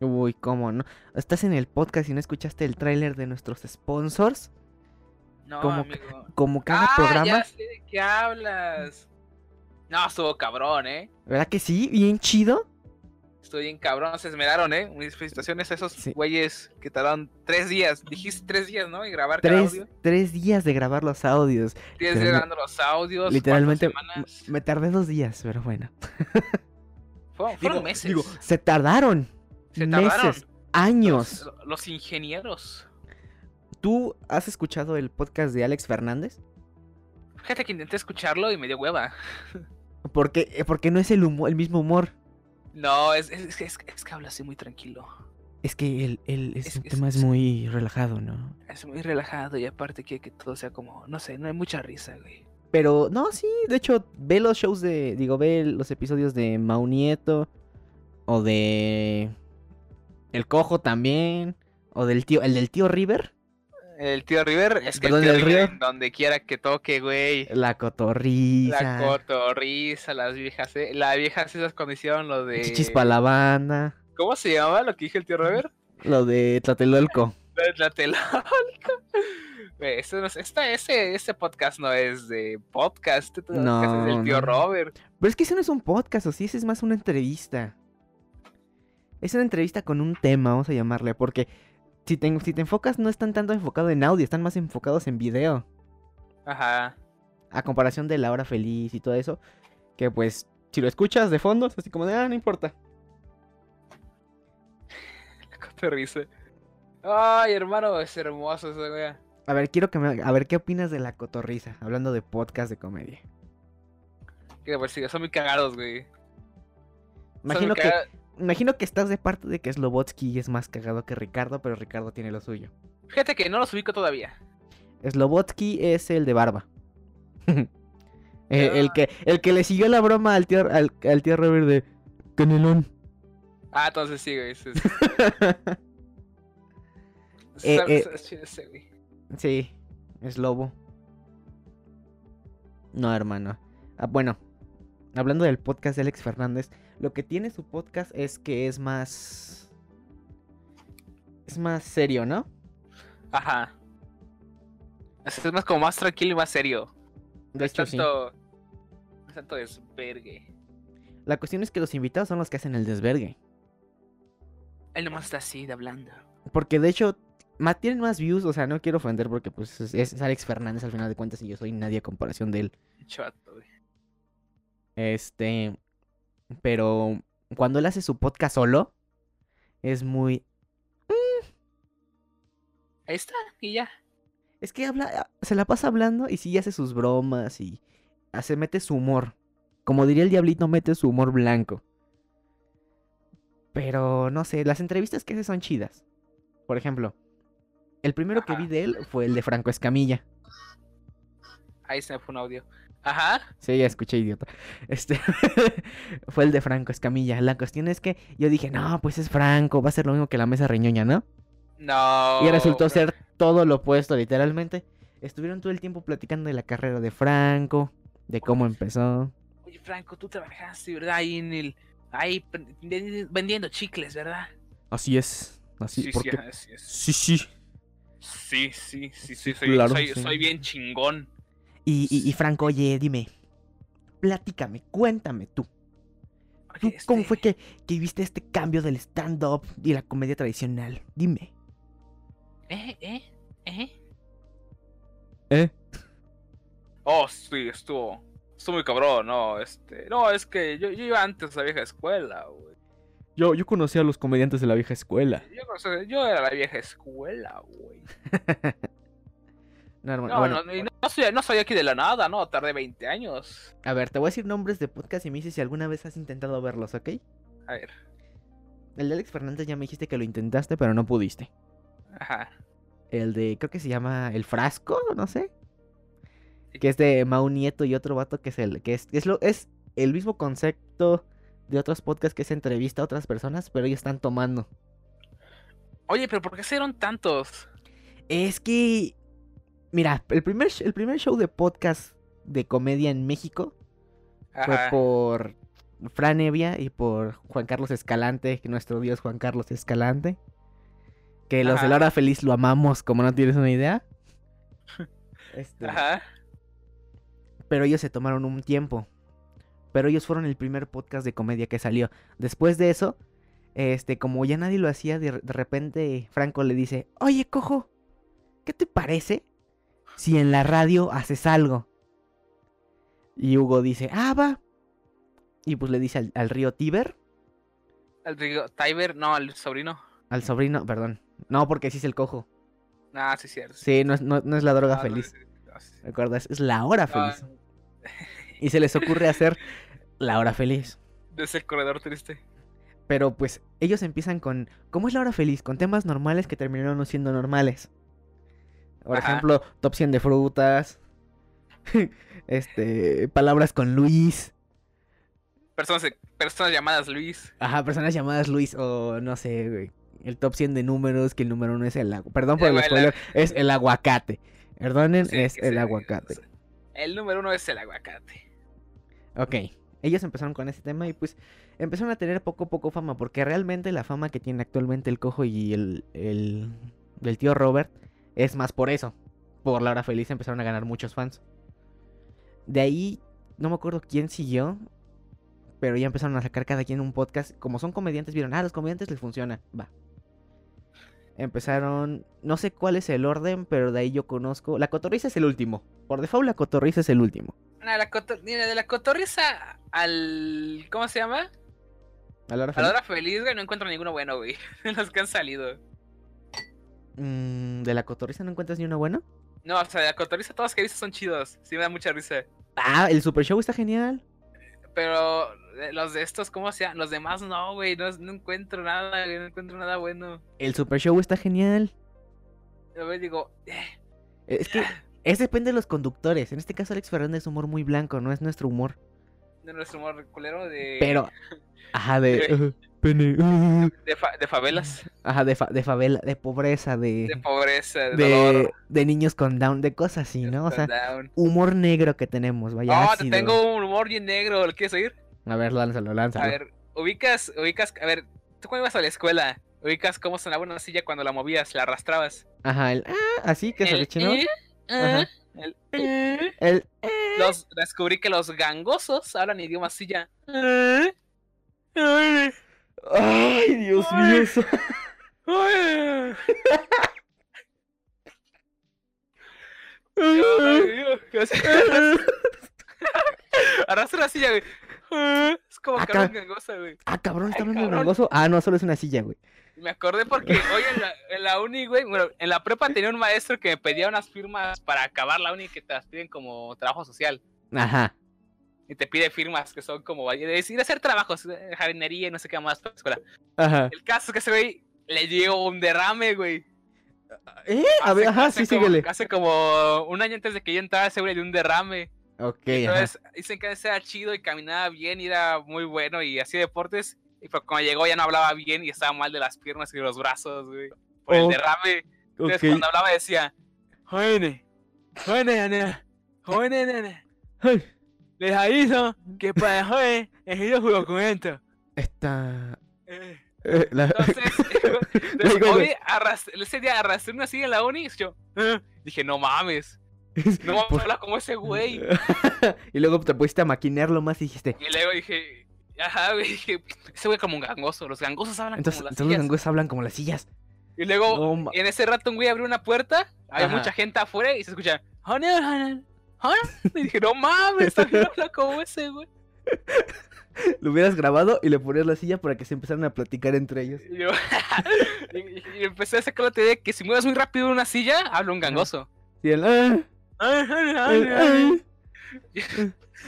Speaker 2: Uy, cómo no. Estás en el podcast y no escuchaste el tráiler de nuestros sponsors.
Speaker 4: No,
Speaker 2: Como que-
Speaker 4: amigo.
Speaker 2: Como cada
Speaker 4: ah,
Speaker 2: programa.
Speaker 4: Ya sé de qué hablas. No, estuvo cabrón, ¿eh?
Speaker 2: ¿Verdad que sí? Bien chido.
Speaker 4: Estuvo bien cabrón, se esmeraron, ¿eh? Mis felicitaciones a esos
Speaker 2: Sí.
Speaker 4: güeyes que tardaron tres días. Dijiste tres días, ¿no? Y grabar cada
Speaker 2: Tres,
Speaker 4: audio.
Speaker 2: tres días de grabar los audios. literalme-
Speaker 4: Tres días grabando los audios. cuatro
Speaker 2: Literalmente m-
Speaker 4: semanas.
Speaker 2: me tardé dos días, pero bueno.
Speaker 4: Fueron, fueron meses.
Speaker 2: digo, se tardaron.
Speaker 4: se tardaron.
Speaker 2: meses, años.
Speaker 4: Los, los ingenieros.
Speaker 2: ¿Tú has escuchado el podcast de Alex Fernández?
Speaker 4: Fíjate que intenté escucharlo y me dio hueva.
Speaker 2: Porque, eh, porque no es el, humo- el mismo humor.
Speaker 4: No, es, es, es- es que habla así muy tranquilo.
Speaker 2: Es que el, el- es-
Speaker 4: Es-
Speaker 2: el
Speaker 4: es-
Speaker 2: tema es,
Speaker 4: es-
Speaker 2: muy relajado, ¿no?
Speaker 4: Es muy relajado y aparte quiere que todo sea como, no sé, no hay mucha risa, güey.
Speaker 2: Pero no, sí, de hecho, ve los shows de. Digo, ve los episodios de Maunieto. O de. El Cojo también. O del tío. El del tío River.
Speaker 4: El tío River, es que el
Speaker 2: Perdón,
Speaker 4: tío
Speaker 2: el
Speaker 4: River
Speaker 2: River.
Speaker 4: en donde quiera que toque, güey.
Speaker 2: La cotorriza.
Speaker 4: La cotorriza, las viejas, eh, las viejas esas cuando hicieron lo de.
Speaker 2: Chichis pa' la banda.
Speaker 4: ¿Cómo se llamaba lo que dijo el tío River?
Speaker 2: Lo de Tlatelolco.
Speaker 4: La de Tlatelolco. Güey, esto no es- esta, este, este podcast no es de podcast, este podcast
Speaker 2: No,
Speaker 4: es del
Speaker 2: no.
Speaker 4: tío Robert.
Speaker 2: Pero es que ese no es un podcast, o sí, ese es más una entrevista. Es una entrevista con un tema, vamos a llamarle, porque si te, si te enfocas, no están tanto enfocados en audio, están más enfocados en video.
Speaker 4: Ajá.
Speaker 2: A comparación de La Hora Feliz y todo eso, que pues, si lo escuchas de fondo, es así como de, ah, no importa.
Speaker 4: La cotorriza. Ay, hermano, es hermoso esa güey.
Speaker 2: A ver, quiero que me... A ver, ¿qué opinas de La Cotorriza? Hablando de podcast de comedia.
Speaker 4: Que pues sí, son muy cagados, güey. Son
Speaker 2: Imagino
Speaker 4: muy
Speaker 2: que,
Speaker 4: cagados.
Speaker 2: imagino que estás de parte de que Slobotsky es más cagado que Ricardo, pero Ricardo tiene lo suyo.
Speaker 4: Fíjate que no los ubico todavía.
Speaker 2: Slobotsky es el de barba. Eh, el, que, el que le siguió la broma al tío, al, al tío Robert de Canelón.
Speaker 4: Ah, entonces sí, güey. Sí, sí.
Speaker 2: Eh,
Speaker 4: Está-
Speaker 2: eh.
Speaker 4: está chido ese, güey.
Speaker 2: Sí, es lobo. No, hermano. Ah, bueno, hablando del podcast de Alex Fernández, lo que tiene su podcast es que es más... Es más serio, ¿no?
Speaker 4: Ajá. O sea, Es más como más tranquilo y más serio.
Speaker 2: De
Speaker 4: Es
Speaker 2: hecho, sí.
Speaker 4: tanto. no es tanto desvergue.
Speaker 2: La cuestión es que los invitados son los que hacen el desvergue.
Speaker 4: Él nomás está así de hablando.
Speaker 2: Porque de hecho, ma- tienen más views, o sea, no quiero ofender porque pues es, es Alex Fernández al final de cuentas y yo soy nadie a comparación de él.
Speaker 4: Chato, güey.
Speaker 2: Este, pero cuando él hace su podcast solo, es muy...
Speaker 4: Ahí está, y ya.
Speaker 2: Es que habla, se la pasa hablando y sí hace sus bromas y hace, mete su humor. Como diría el diablito, mete su humor blanco. Pero no sé, las entrevistas que hace son chidas. Por ejemplo, el primero que
Speaker 4: Ajá.
Speaker 2: vi de él fue el de Franco Escamilla.
Speaker 4: Ahí se me fue un audio. Ajá.
Speaker 2: Sí, ya escuché, idiota. Este fue el de Franco Escamilla. La cuestión es que yo dije, no, pues es Franco, va a ser lo mismo que la mesa reñoña, ¿no?
Speaker 4: No.
Speaker 2: Y resultó
Speaker 4: bro.
Speaker 2: ser todo lo opuesto, literalmente. Estuvieron todo el tiempo platicando de la carrera de Franco, de cómo empezó.
Speaker 4: Oye, Franco, tú trabajaste, ¿verdad? Ahí en el. Ahí pen- vendiendo chicles, ¿verdad?
Speaker 2: Así es. Así,
Speaker 4: sí,
Speaker 2: porque...
Speaker 4: sí, así es.
Speaker 2: sí, sí.
Speaker 4: Sí, sí, sí,
Speaker 2: Sí,
Speaker 4: sí, soy,
Speaker 2: claro,
Speaker 4: soy,
Speaker 2: sí.
Speaker 4: soy bien chingón.
Speaker 2: Y, y- y Franco, oye, dime. Platícame, cuéntame tú.
Speaker 4: Oye,
Speaker 2: ¿Tú ¿Cómo
Speaker 4: este,
Speaker 2: fue que, que viste este cambio del stand-up y la comedia tradicional? Dime.
Speaker 4: ¿Eh, eh, eh?
Speaker 2: ¿Eh?
Speaker 4: Oh, sí, estuvo. Estuvo muy cabrón, no, este. No, es que yo, yo iba antes a la vieja escuela, güey.
Speaker 2: Yo, yo conocí a los comediantes de la vieja escuela.
Speaker 4: Yo, no sé, yo era la vieja escuela, güey.
Speaker 2: No, hermano,
Speaker 4: No,
Speaker 2: bueno,
Speaker 4: no, y no, no soy, no soy aquí de la nada, no, tardé 20 años.
Speaker 2: a ver, te voy a decir nombres de podcast y me dices si alguna vez has intentado verlos, ¿ok?
Speaker 4: A ver,
Speaker 2: El de Alex Fernández ya me dijiste que lo intentaste, pero no pudiste.
Speaker 4: ajá.
Speaker 2: El de, creo que se llama El Frasco, no sé.
Speaker 4: Sí.
Speaker 2: Que es de Mau Nieto y otro vato que es el. que es, que es lo, es el mismo concepto de otros podcasts que es entrevista a otras personas, pero ellos están tomando.
Speaker 4: Oye, pero ¿por qué se dieron tantos?
Speaker 2: Es que. Mira, el primer, sh- el primer show de podcast de comedia en México fue
Speaker 4: Ajá.
Speaker 2: por Fran Evia y por Juan Carlos Escalante, que nuestro dios Juan Carlos Escalante. Que los de
Speaker 4: Ajá.
Speaker 2: la hora feliz lo amamos, como no tienes una idea. Este,
Speaker 4: Ajá.
Speaker 2: pero ellos se tomaron un tiempo. Pero ellos fueron el primer podcast de comedia que salió. Después de eso, este, como ya nadie lo hacía, de, de repente Franco le dice, oye, cojo, ¿qué te parece si en la radio haces algo? Y Hugo dice, ah, va. Y pues le dice al, al río Tíber,
Speaker 4: El Rigo- Tyber, no, el sobrino.
Speaker 2: al sobrino, perdón. No, porque sí es el cojo.
Speaker 4: Ah, sí, cierto.
Speaker 2: Sí, no es, no- no es la droga
Speaker 4: Ah, no,
Speaker 2: feliz.
Speaker 4: sí, no, sí.
Speaker 2: ¿Recuerdas? Es la hora
Speaker 4: Ah,
Speaker 2: feliz. Y se les ocurre hacer la hora feliz.
Speaker 4: desde el corredor triste.
Speaker 2: Pero pues ellos empiezan con, ¿cómo es la hora feliz? Con temas normales que terminaron no siendo normales. Por
Speaker 4: Ajá.
Speaker 2: ejemplo, top 100 de frutas. este, palabras con Luis.
Speaker 4: Personas, personas llamadas Luis.
Speaker 2: Ajá, personas llamadas Luis o no sé, güey. El top 100 de números, que el número uno es el aguacate. Perdón por
Speaker 4: Ya,
Speaker 2: el
Speaker 4: güey, la-
Speaker 2: spoiler, es el aguacate. Perdonen,
Speaker 4: Sí,
Speaker 2: es
Speaker 4: que
Speaker 2: el
Speaker 4: se-
Speaker 2: aguacate.
Speaker 4: El número uno es el aguacate.
Speaker 2: Ok, ellos empezaron con ese tema y pues empezaron a tener poco a poco fama, porque realmente la fama que tiene actualmente el cojo y el, el, el tío Robert es más por eso. Por la hora feliz empezaron a ganar muchos fans. De ahí, no me acuerdo quién siguió, pero ya empezaron a sacar cada quien un podcast. Como son comediantes, vieron, ah, los comediantes les funciona, va. Empezaron, no sé cuál es el orden, pero de ahí yo conozco. La cotorriza es el último. Por default, la cotorriza es el último.
Speaker 4: Nah, la cotor- mira, de la cotorriza al. ¿Cómo se llama?
Speaker 2: A la hora
Speaker 4: A la
Speaker 2: feliz.
Speaker 4: hora feliz, güey, no encuentro ninguno bueno, güey. Los que han salido.
Speaker 2: Mm, ¿De la cotorriza no encuentras ni uno bueno?
Speaker 4: No, o sea, de la cotorriza todos que he visto son chidos. Sí, me da mucha risa.
Speaker 2: Ah, el Super Show está genial.
Speaker 4: Pero eh, los de estos, ¿cómo se llaman? Los demás no, güey. No, no encuentro nada, güey. No encuentro nada bueno.
Speaker 2: El Super Show está genial.
Speaker 4: A ver, digo, eh,
Speaker 2: Es que es depende de los conductores. En este caso, Alex Fernández es humor muy blanco, no es nuestro humor.
Speaker 4: de nuestro humor culero de.
Speaker 2: Pero, ajá, de.
Speaker 4: Sí.
Speaker 2: "Ujú, pene, ujú".
Speaker 4: De, fa- de favelas.
Speaker 2: Ajá, de, fa- de favela, de pobreza,
Speaker 4: De
Speaker 2: de.
Speaker 4: pobreza, de,
Speaker 2: De,
Speaker 4: dolor.
Speaker 2: de niños con down, de cosas así, ¿no? O sea,
Speaker 4: down.
Speaker 2: humor negro que tenemos, vaya.
Speaker 4: No, te
Speaker 2: ácido.
Speaker 4: tengo un humor bien negro, ¿lo quieres oír?
Speaker 2: A ver, lánzalo,
Speaker 4: A
Speaker 2: lánzalo.
Speaker 4: ver, ubicas, ubicas, a ver, tú cuando ibas a la escuela, ubicas cómo sonaba una silla cuando la movías, la arrastrabas.
Speaker 2: Ajá, el. Ah, así que se
Speaker 4: El
Speaker 2: rechinó.
Speaker 4: eh, ah,
Speaker 2: Ajá.
Speaker 4: el eh.
Speaker 2: El.
Speaker 4: Los, descubrí que los gangosos hablan idioma silla. Eh, eh,
Speaker 2: Ay, Dios
Speaker 4: Ay.
Speaker 2: mío. eso-
Speaker 4: eh. Yo, yo, yo, yo, Arrastra una silla, güey. Eh, Es como
Speaker 2: Acá-
Speaker 4: Carmen Gangosa, güey.
Speaker 2: Ah, cabrón, está
Speaker 4: Ay,
Speaker 2: hablando de
Speaker 4: cabrón.
Speaker 2: gangoso. Ah, no, solo es una silla, güey.
Speaker 4: Me acordé porque hoy en la, en la uni, güey, bueno, en la prepa tenía un maestro que me pedía unas firmas para acabar la uni que te las piden como trabajo social.
Speaker 2: Ajá.
Speaker 4: Y te pide firmas que son como es ir a hacer trabajos, eh, jardinería y no sé qué más, para la escuela.
Speaker 2: Ajá.
Speaker 4: El caso es que ese güey le dio un derrame, güey.
Speaker 2: ¿Eh? A
Speaker 4: Hace-
Speaker 2: ver, ajá,
Speaker 4: hace
Speaker 2: sí,
Speaker 4: como-
Speaker 2: síguele.
Speaker 4: Hace como un año antes de que yo entrara, ese güey le dio un derrame.
Speaker 2: Ok, ajá.
Speaker 4: Entonces dicen que ese era chido y caminaba bien y era muy bueno y hacía deportes. Y fue cuando llegó ya no hablaba bien y estaba mal de las piernas y de los brazos, güey.
Speaker 2: Oh,
Speaker 4: Por el derrame. Entonces
Speaker 2: Ok.
Speaker 4: cuando hablaba decía, jóvenes, jóvenes, nena, jóvenes, nena,
Speaker 2: Ay,
Speaker 4: les aviso que para jóvenes necesito su documento.
Speaker 2: Está.
Speaker 4: Eh,
Speaker 2: eh, la-
Speaker 4: Entonces, entonces,
Speaker 2: Güey, güey,
Speaker 4: hoy
Speaker 2: güey.
Speaker 4: arras- ese día arrastré una silla en la uni y yo, "Ah". dije, no mames, no vamos
Speaker 2: Por-
Speaker 4: a hablar como ese güey.
Speaker 2: y luego te pusiste a maquinarlo más y dijiste.
Speaker 4: Y luego dije, ajá, güey, dije, ese güey como un gangoso, los gangosos hablan
Speaker 2: Entonces,
Speaker 4: como las
Speaker 2: entonces los
Speaker 4: sillas.
Speaker 2: gangosos hablan como las sillas.
Speaker 4: Y luego,
Speaker 2: No ma-
Speaker 4: en ese rato un güey abrió una puerta, había
Speaker 2: Ajá.
Speaker 4: mucha gente afuera y se escucha, "Honey, honey, honey". y dije, no mames, también habla como ese, güey.
Speaker 2: Lo hubieras grabado y le ponías la silla para que se empezaran a platicar entre ellos.
Speaker 4: Y, yo, y- y empecé a sacar la teoría de que si mueves muy rápido una silla, habla un gangoso.
Speaker 2: Y el, "Ah, ah, ah".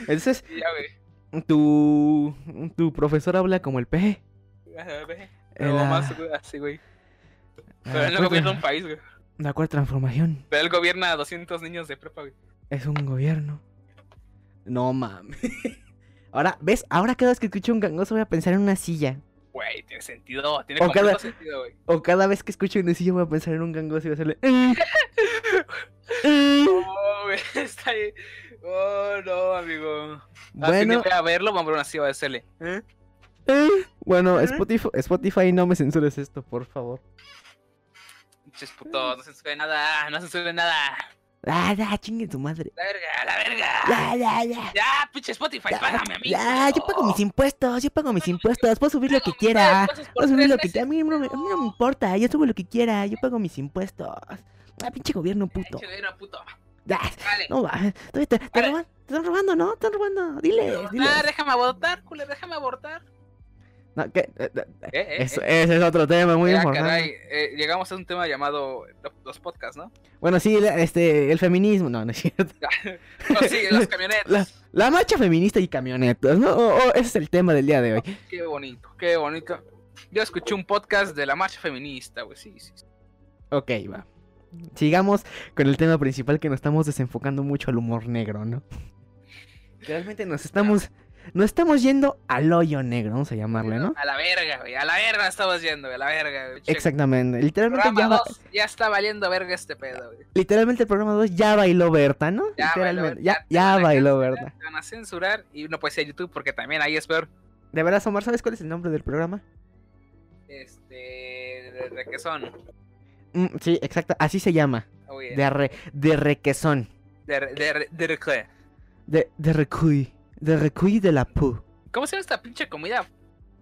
Speaker 2: Entonces,
Speaker 4: Y ya, güey.
Speaker 2: tu, tu profesor habla como el peje.
Speaker 4: Ajá, güey.
Speaker 2: El,
Speaker 4: Pero más
Speaker 2: ah,
Speaker 4: güey, así, güey.
Speaker 2: la
Speaker 4: Pero él no
Speaker 2: cuarta-
Speaker 4: gobierna un país, güey.
Speaker 2: La cuarta transformación
Speaker 4: Pero él gobierna a 200 niños de prepa, güey.
Speaker 2: es un gobierno. No mames. Ahora, ¿ves? Ahora cada vez que escucho un gangoso voy a pensar en una silla.
Speaker 4: Güey, tiene sentido, tiene
Speaker 2: O
Speaker 4: completo
Speaker 2: cada-
Speaker 4: sentido, güey.
Speaker 2: O cada vez que escucho una silla voy a pensar en un gangoso y voy a hacerle. "Eh, eh".
Speaker 4: Oh, güey, está ahí. Oh, no, amigo. Bueno.
Speaker 2: Bueno,
Speaker 4: Voy a verlo, vamos a ver una silla de hacerle.
Speaker 2: eh, bueno, Spotify, Spotify, no me censures esto, por favor. ¿Eh?
Speaker 4: Pinches putos, no censuren nada, no censuren nada.
Speaker 2: Ah, ya, chingue tu madre.
Speaker 4: La verga, la verga.
Speaker 2: Ya, ya, ya.
Speaker 4: Ya, pinche Spotify, pues págame a mí.
Speaker 2: Ya, yo pago mis impuestos, yo pago mis impuestos, puedo subir lo que quiera. Puedo subir lo que quiera, a mí no me, a mí no me importa, yo subo lo que quiera, yo pago mis impuestos. Ah, pinche gobierno puto.
Speaker 4: puto.
Speaker 2: Ah,
Speaker 4: Vale.
Speaker 2: no, va, todavía te, te
Speaker 4: Ahora-
Speaker 2: roban, te están robando, ¿no? Te están robando, diles,
Speaker 4: Ah,
Speaker 2: diles.
Speaker 4: déjame abortar, culero, déjame abortar.
Speaker 2: No, que- eh, eh,
Speaker 4: Eh, eh,
Speaker 2: eso-
Speaker 4: eh.
Speaker 2: ese es otro tema muy
Speaker 4: Ah,
Speaker 2: importante.
Speaker 4: caray, eh, llegamos a un tema llamado lo- los podcasts, ¿no?
Speaker 2: Bueno, sí, la- este, el feminismo, no, no es cierto.
Speaker 4: No, sí, los camionetas.
Speaker 2: La, la marcha feminista y camionetas, ¿no? Oh, oh, ese es el tema del día de hoy.
Speaker 4: Qué bonito, qué bonito. Yo escuché un podcast de la marcha feminista, güey, sí, sí. sí.
Speaker 2: Ok, va. Sigamos con el tema principal que nos estamos desenfocando mucho al humor negro, ¿no? Realmente nos estamos, nos estamos yendo al hoyo negro, vamos a llamarle, ¿no?
Speaker 4: A la verga, güey, a la verga estamos yendo, güey, a la verga, güey. Che,
Speaker 2: Exactamente, literalmente
Speaker 4: Programa
Speaker 2: ya, va-
Speaker 4: 2 ya está valiendo verga este pedo, güey.
Speaker 2: literalmente el programa 2 ya bailó Berta, ¿no?
Speaker 4: Ya
Speaker 2: literalmente,
Speaker 4: bailó,
Speaker 2: ya,
Speaker 4: te
Speaker 2: ya
Speaker 4: van a
Speaker 2: bailó
Speaker 4: cancelar,
Speaker 2: Berta.
Speaker 4: Te van a censurar y no puede ser YouTube porque también ahí es peor.
Speaker 2: De verdad, Omar, ¿sabes cuál es el nombre del programa?
Speaker 4: Este. ¿De, de qué son?
Speaker 2: Mm, sí, exacto, así se llama,
Speaker 4: Oye,
Speaker 2: de, arre- de requesón,
Speaker 4: de, de, de, de- de-
Speaker 2: de, de recuy, de recuy de la pu.
Speaker 4: ¿Cómo se llama esta pinche comida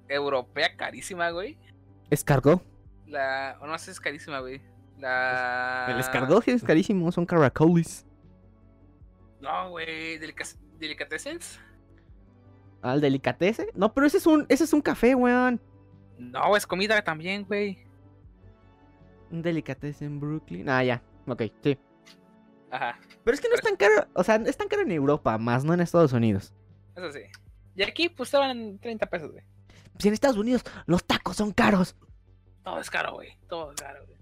Speaker 4: europea carísima, güey?
Speaker 2: ¿Escargó?
Speaker 4: La. o No sé, si es carísima, güey. La.
Speaker 2: El escargó sí es carísimo, son caracoles.
Speaker 4: No, güey. delicas- ¿Delicatessens?
Speaker 2: ¿Al Ah, delicatese? No, pero ese es un, ese es un café, weón.
Speaker 4: No, es comida también, güey.
Speaker 2: Un delicatese en Brooklyn. Ah, ya. Ok, sí.
Speaker 4: Ajá,
Speaker 2: Pero es que no es tan caro. O sea, es tan caro en Europa, más no en Estados Unidos.
Speaker 4: eso sí. Y aquí, pues estaban en 30 pesos, güey.
Speaker 2: Si en Estados Unidos los tacos son caros.
Speaker 4: Todo es caro, güey. Todo es caro, güey.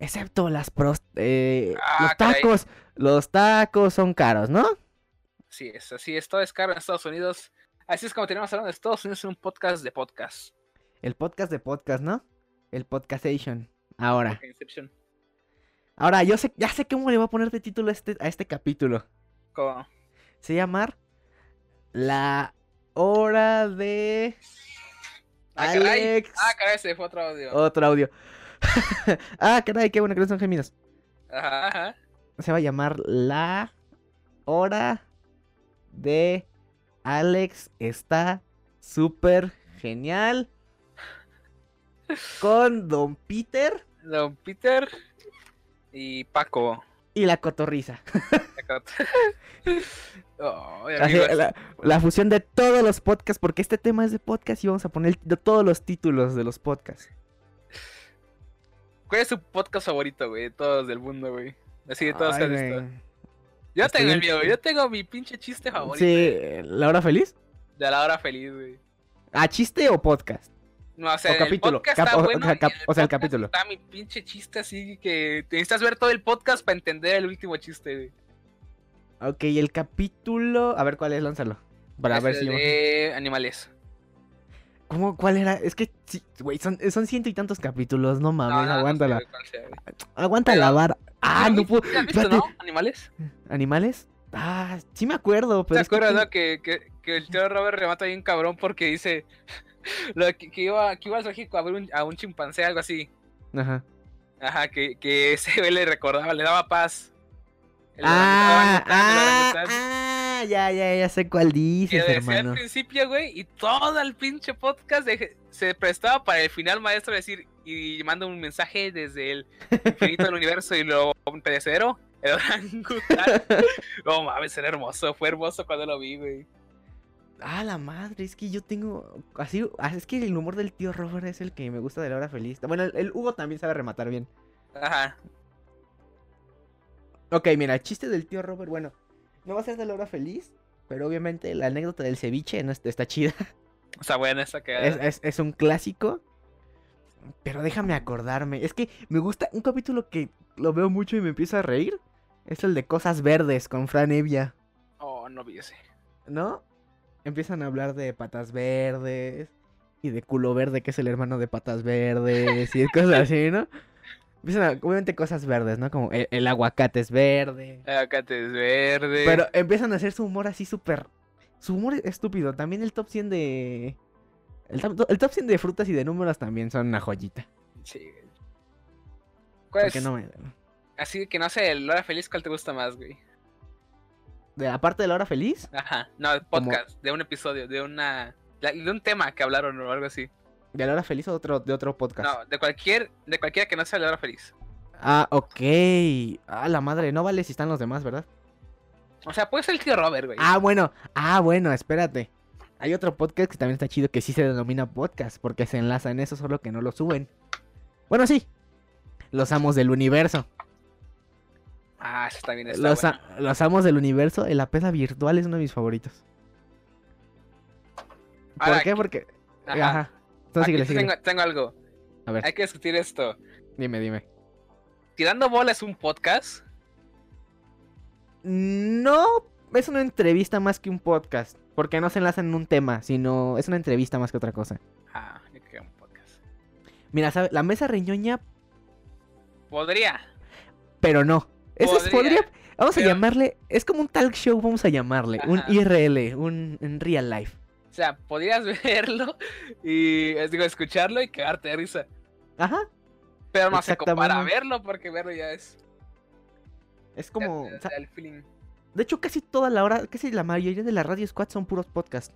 Speaker 2: Excepto las pros. eh,
Speaker 4: Ah,
Speaker 2: los
Speaker 4: caray.
Speaker 2: tacos. Los tacos son caros, ¿no?
Speaker 4: Así es, así es. Todo es caro en Estados Unidos. Así es como tenemos hablando de Estados Unidos en un podcast de podcast.
Speaker 2: El podcast de podcast, ¿no? El podcastation. Ahora.
Speaker 4: Inception.
Speaker 2: Ahora, yo sé, ya sé cómo le voy a poner de título a este, a este capítulo.
Speaker 4: Como- ah,
Speaker 2: Se llamar La Hora de.
Speaker 4: Ah, caray.
Speaker 2: Alex. Oh.
Speaker 4: Ah, caray, se fue otro audio.
Speaker 2: Otro audio. ah, caray, qué bueno que no son gemidos.
Speaker 4: Ajá, ajá.
Speaker 2: Se va a llamar La Hora de Alex está súper genial. Con Don Peter
Speaker 4: Don Peter y Paco.
Speaker 2: y la cotorriza.
Speaker 4: La Cat. Ay,
Speaker 2: Así,
Speaker 4: amigos.
Speaker 2: la, la fusión de todos los podcasts, porque este tema es de podcast y vamos a poner de todos los títulos de los podcasts.
Speaker 4: ¿Cuál es tu podcast favorito, güey? De todos del mundo, güey. Así de todos
Speaker 2: Ay,
Speaker 4: que has
Speaker 2: güey.
Speaker 4: visto. Yo
Speaker 2: Estoy
Speaker 4: tengo el
Speaker 2: bien
Speaker 4: mío, güey.
Speaker 2: chido.
Speaker 4: Yo tengo mi pinche chiste favorito.
Speaker 2: Sí, ¿la hora feliz?
Speaker 4: De la hora feliz, güey.
Speaker 2: ¿A chiste o podcast?
Speaker 4: No, o sea,
Speaker 2: O
Speaker 4: en el
Speaker 2: capítulo,
Speaker 4: podcast
Speaker 2: cap-
Speaker 4: está
Speaker 2: o- o
Speaker 4: bueno.
Speaker 2: sea,
Speaker 4: y en
Speaker 2: cap- o sea, el
Speaker 4: podcast
Speaker 2: capítulo.
Speaker 4: Está mi pinche chiste así que te necesitas ver todo el podcast para entender el último chiste, güey.
Speaker 2: Ok, el capítulo. A ver cuál es, lánzalo. Para ver
Speaker 4: Es
Speaker 2: si.
Speaker 4: Pues el de animales.
Speaker 2: ¿Cómo? ¿Cuál era? Es que, sí, güey, son, son ciento y tantos capítulos, no
Speaker 4: No,
Speaker 2: mames,
Speaker 4: no, no sé,
Speaker 2: aguántala.
Speaker 4: güey, cuál sea, güey.
Speaker 2: Aguanta la
Speaker 4: Pero-
Speaker 2: vara. Ah,
Speaker 4: ¿Sí la
Speaker 2: no
Speaker 4: viste-
Speaker 2: puedo.
Speaker 4: sí la has visto,
Speaker 2: espérate.
Speaker 4: no? ¿Animales?
Speaker 2: ¿Animales? Ah, sí me acuerdo, pero.
Speaker 4: ¿Te
Speaker 2: es que
Speaker 4: acuerdas,
Speaker 2: tengo-
Speaker 4: no? Que, que, que el tío Robert remata bien cabrón porque dice lo que, que iba, que iba al zoológico a ver un, a un chimpancé, algo así.
Speaker 2: Ajá.
Speaker 4: Ajá, que, que ese güey le recordaba, le daba paz. El
Speaker 2: Ah,
Speaker 4: orangután, el
Speaker 2: ah,
Speaker 4: orangután.
Speaker 2: ah, ya, ya, ya sé cuál
Speaker 4: Que
Speaker 2: dices,
Speaker 4: decía al
Speaker 2: hermano.
Speaker 4: principio, güey, y todo el pinche podcast deje- se prestaba para el final maestro decir, y manda un mensaje desde el infinito del universo y lo pedacero, el orangután. No mames, era hermoso, fue hermoso cuando lo vi, güey.
Speaker 2: Ah, la madre, es que yo tengo. Así, ah, es que el humor del tío Robert es el que me gusta de la hora feliz. Bueno, el, el Hugo también sabe rematar bien.
Speaker 4: Ajá.
Speaker 2: Ok, mira, el chiste del tío Robert, bueno, no va a ser de la hora feliz, pero obviamente la anécdota del ceviche no está, está chida.
Speaker 4: O sea, buena esa que...
Speaker 2: Es, es- es un clásico. Pero déjame acordarme. Es que me gusta un capítulo que lo veo mucho y me empiezo a reír. Es el de cosas verdes con Fran Evia,
Speaker 4: Oh, no vi ese.
Speaker 2: ¿no? Empiezan a hablar de patas verdes y de culo verde, que es el hermano de patas verdes y de cosas así, ¿no? Empiezan a- obviamente cosas verdes, ¿no? Como el, el aguacate es verde.
Speaker 4: Aguacate es Ah, verde.
Speaker 2: Pero empiezan a hacer su humor así súper. Su humor estúpido. También el top 100 de. El top, el top 100 de frutas y de números también son una joyita.
Speaker 4: Sí, güey. ¿Cuál
Speaker 2: Porque
Speaker 4: es?
Speaker 2: no me-
Speaker 4: Así que no sé, el hora feliz, ¿cuál te gusta más, güey?
Speaker 2: de, aparte de la hora feliz,
Speaker 4: Ajá. No, de
Speaker 2: Como-
Speaker 4: podcast, de un episodio, de una... la- De un tema que hablaron o algo así.
Speaker 2: de la hora feliz o otro, de otro podcast.
Speaker 4: No, de cualquier, de cualquiera que no sea la hora feliz.
Speaker 2: Ah, ok. Ah, la madre, no vale si están los demás, ¿verdad?
Speaker 4: O sea, puede ser el tío Robert, güey.
Speaker 2: Ah, bueno, ah, bueno, espérate. Hay otro podcast que también está chido que sí se denomina podcast porque se enlaza en eso, solo que no lo suben. Bueno, sí. Los amos del universo.
Speaker 4: Ah, eso también está
Speaker 2: Los,
Speaker 4: bueno.
Speaker 2: a- los amos del universo, el apesa virtual es uno de mis favoritos. ¿Por
Speaker 4: Ahora,
Speaker 2: qué?
Speaker 4: aquí-
Speaker 2: Porque. Ajá.
Speaker 4: ajá.
Speaker 2: No,
Speaker 4: Aquí
Speaker 2: síguele,
Speaker 4: te
Speaker 2: síguele.
Speaker 4: Tengo, tengo algo.
Speaker 2: A ver,
Speaker 4: Hay que discutir esto.
Speaker 2: dime, dime.
Speaker 4: ¿Tirando bola es un podcast?
Speaker 2: No, es una entrevista más que un podcast. Porque no se enlazan en un tema, sino es una entrevista más que otra cosa.
Speaker 4: Ah, yo creo que un podcast.
Speaker 2: Mira, ¿sabe? la mesa reñoña,
Speaker 4: Podría.
Speaker 2: pero no. Eso es,
Speaker 4: Podría,
Speaker 2: podría. Vamos a
Speaker 4: pero-
Speaker 2: llamarle. Es como un talk show, vamos a llamarle. Un
Speaker 4: Ajá.
Speaker 2: IRL, un, un real life.
Speaker 4: O sea, podrías verlo y es- digo, escucharlo y quedarte de risa.
Speaker 2: Ajá.
Speaker 4: Pero no se compara a
Speaker 2: Exactamente.
Speaker 4: verlo porque verlo ya es.
Speaker 2: Es
Speaker 4: ya
Speaker 2: como.
Speaker 4: te
Speaker 2: o sea,
Speaker 4: da el feeling.
Speaker 2: De hecho, casi toda la hora, casi la mayoría de las radio squad son puros podcasts.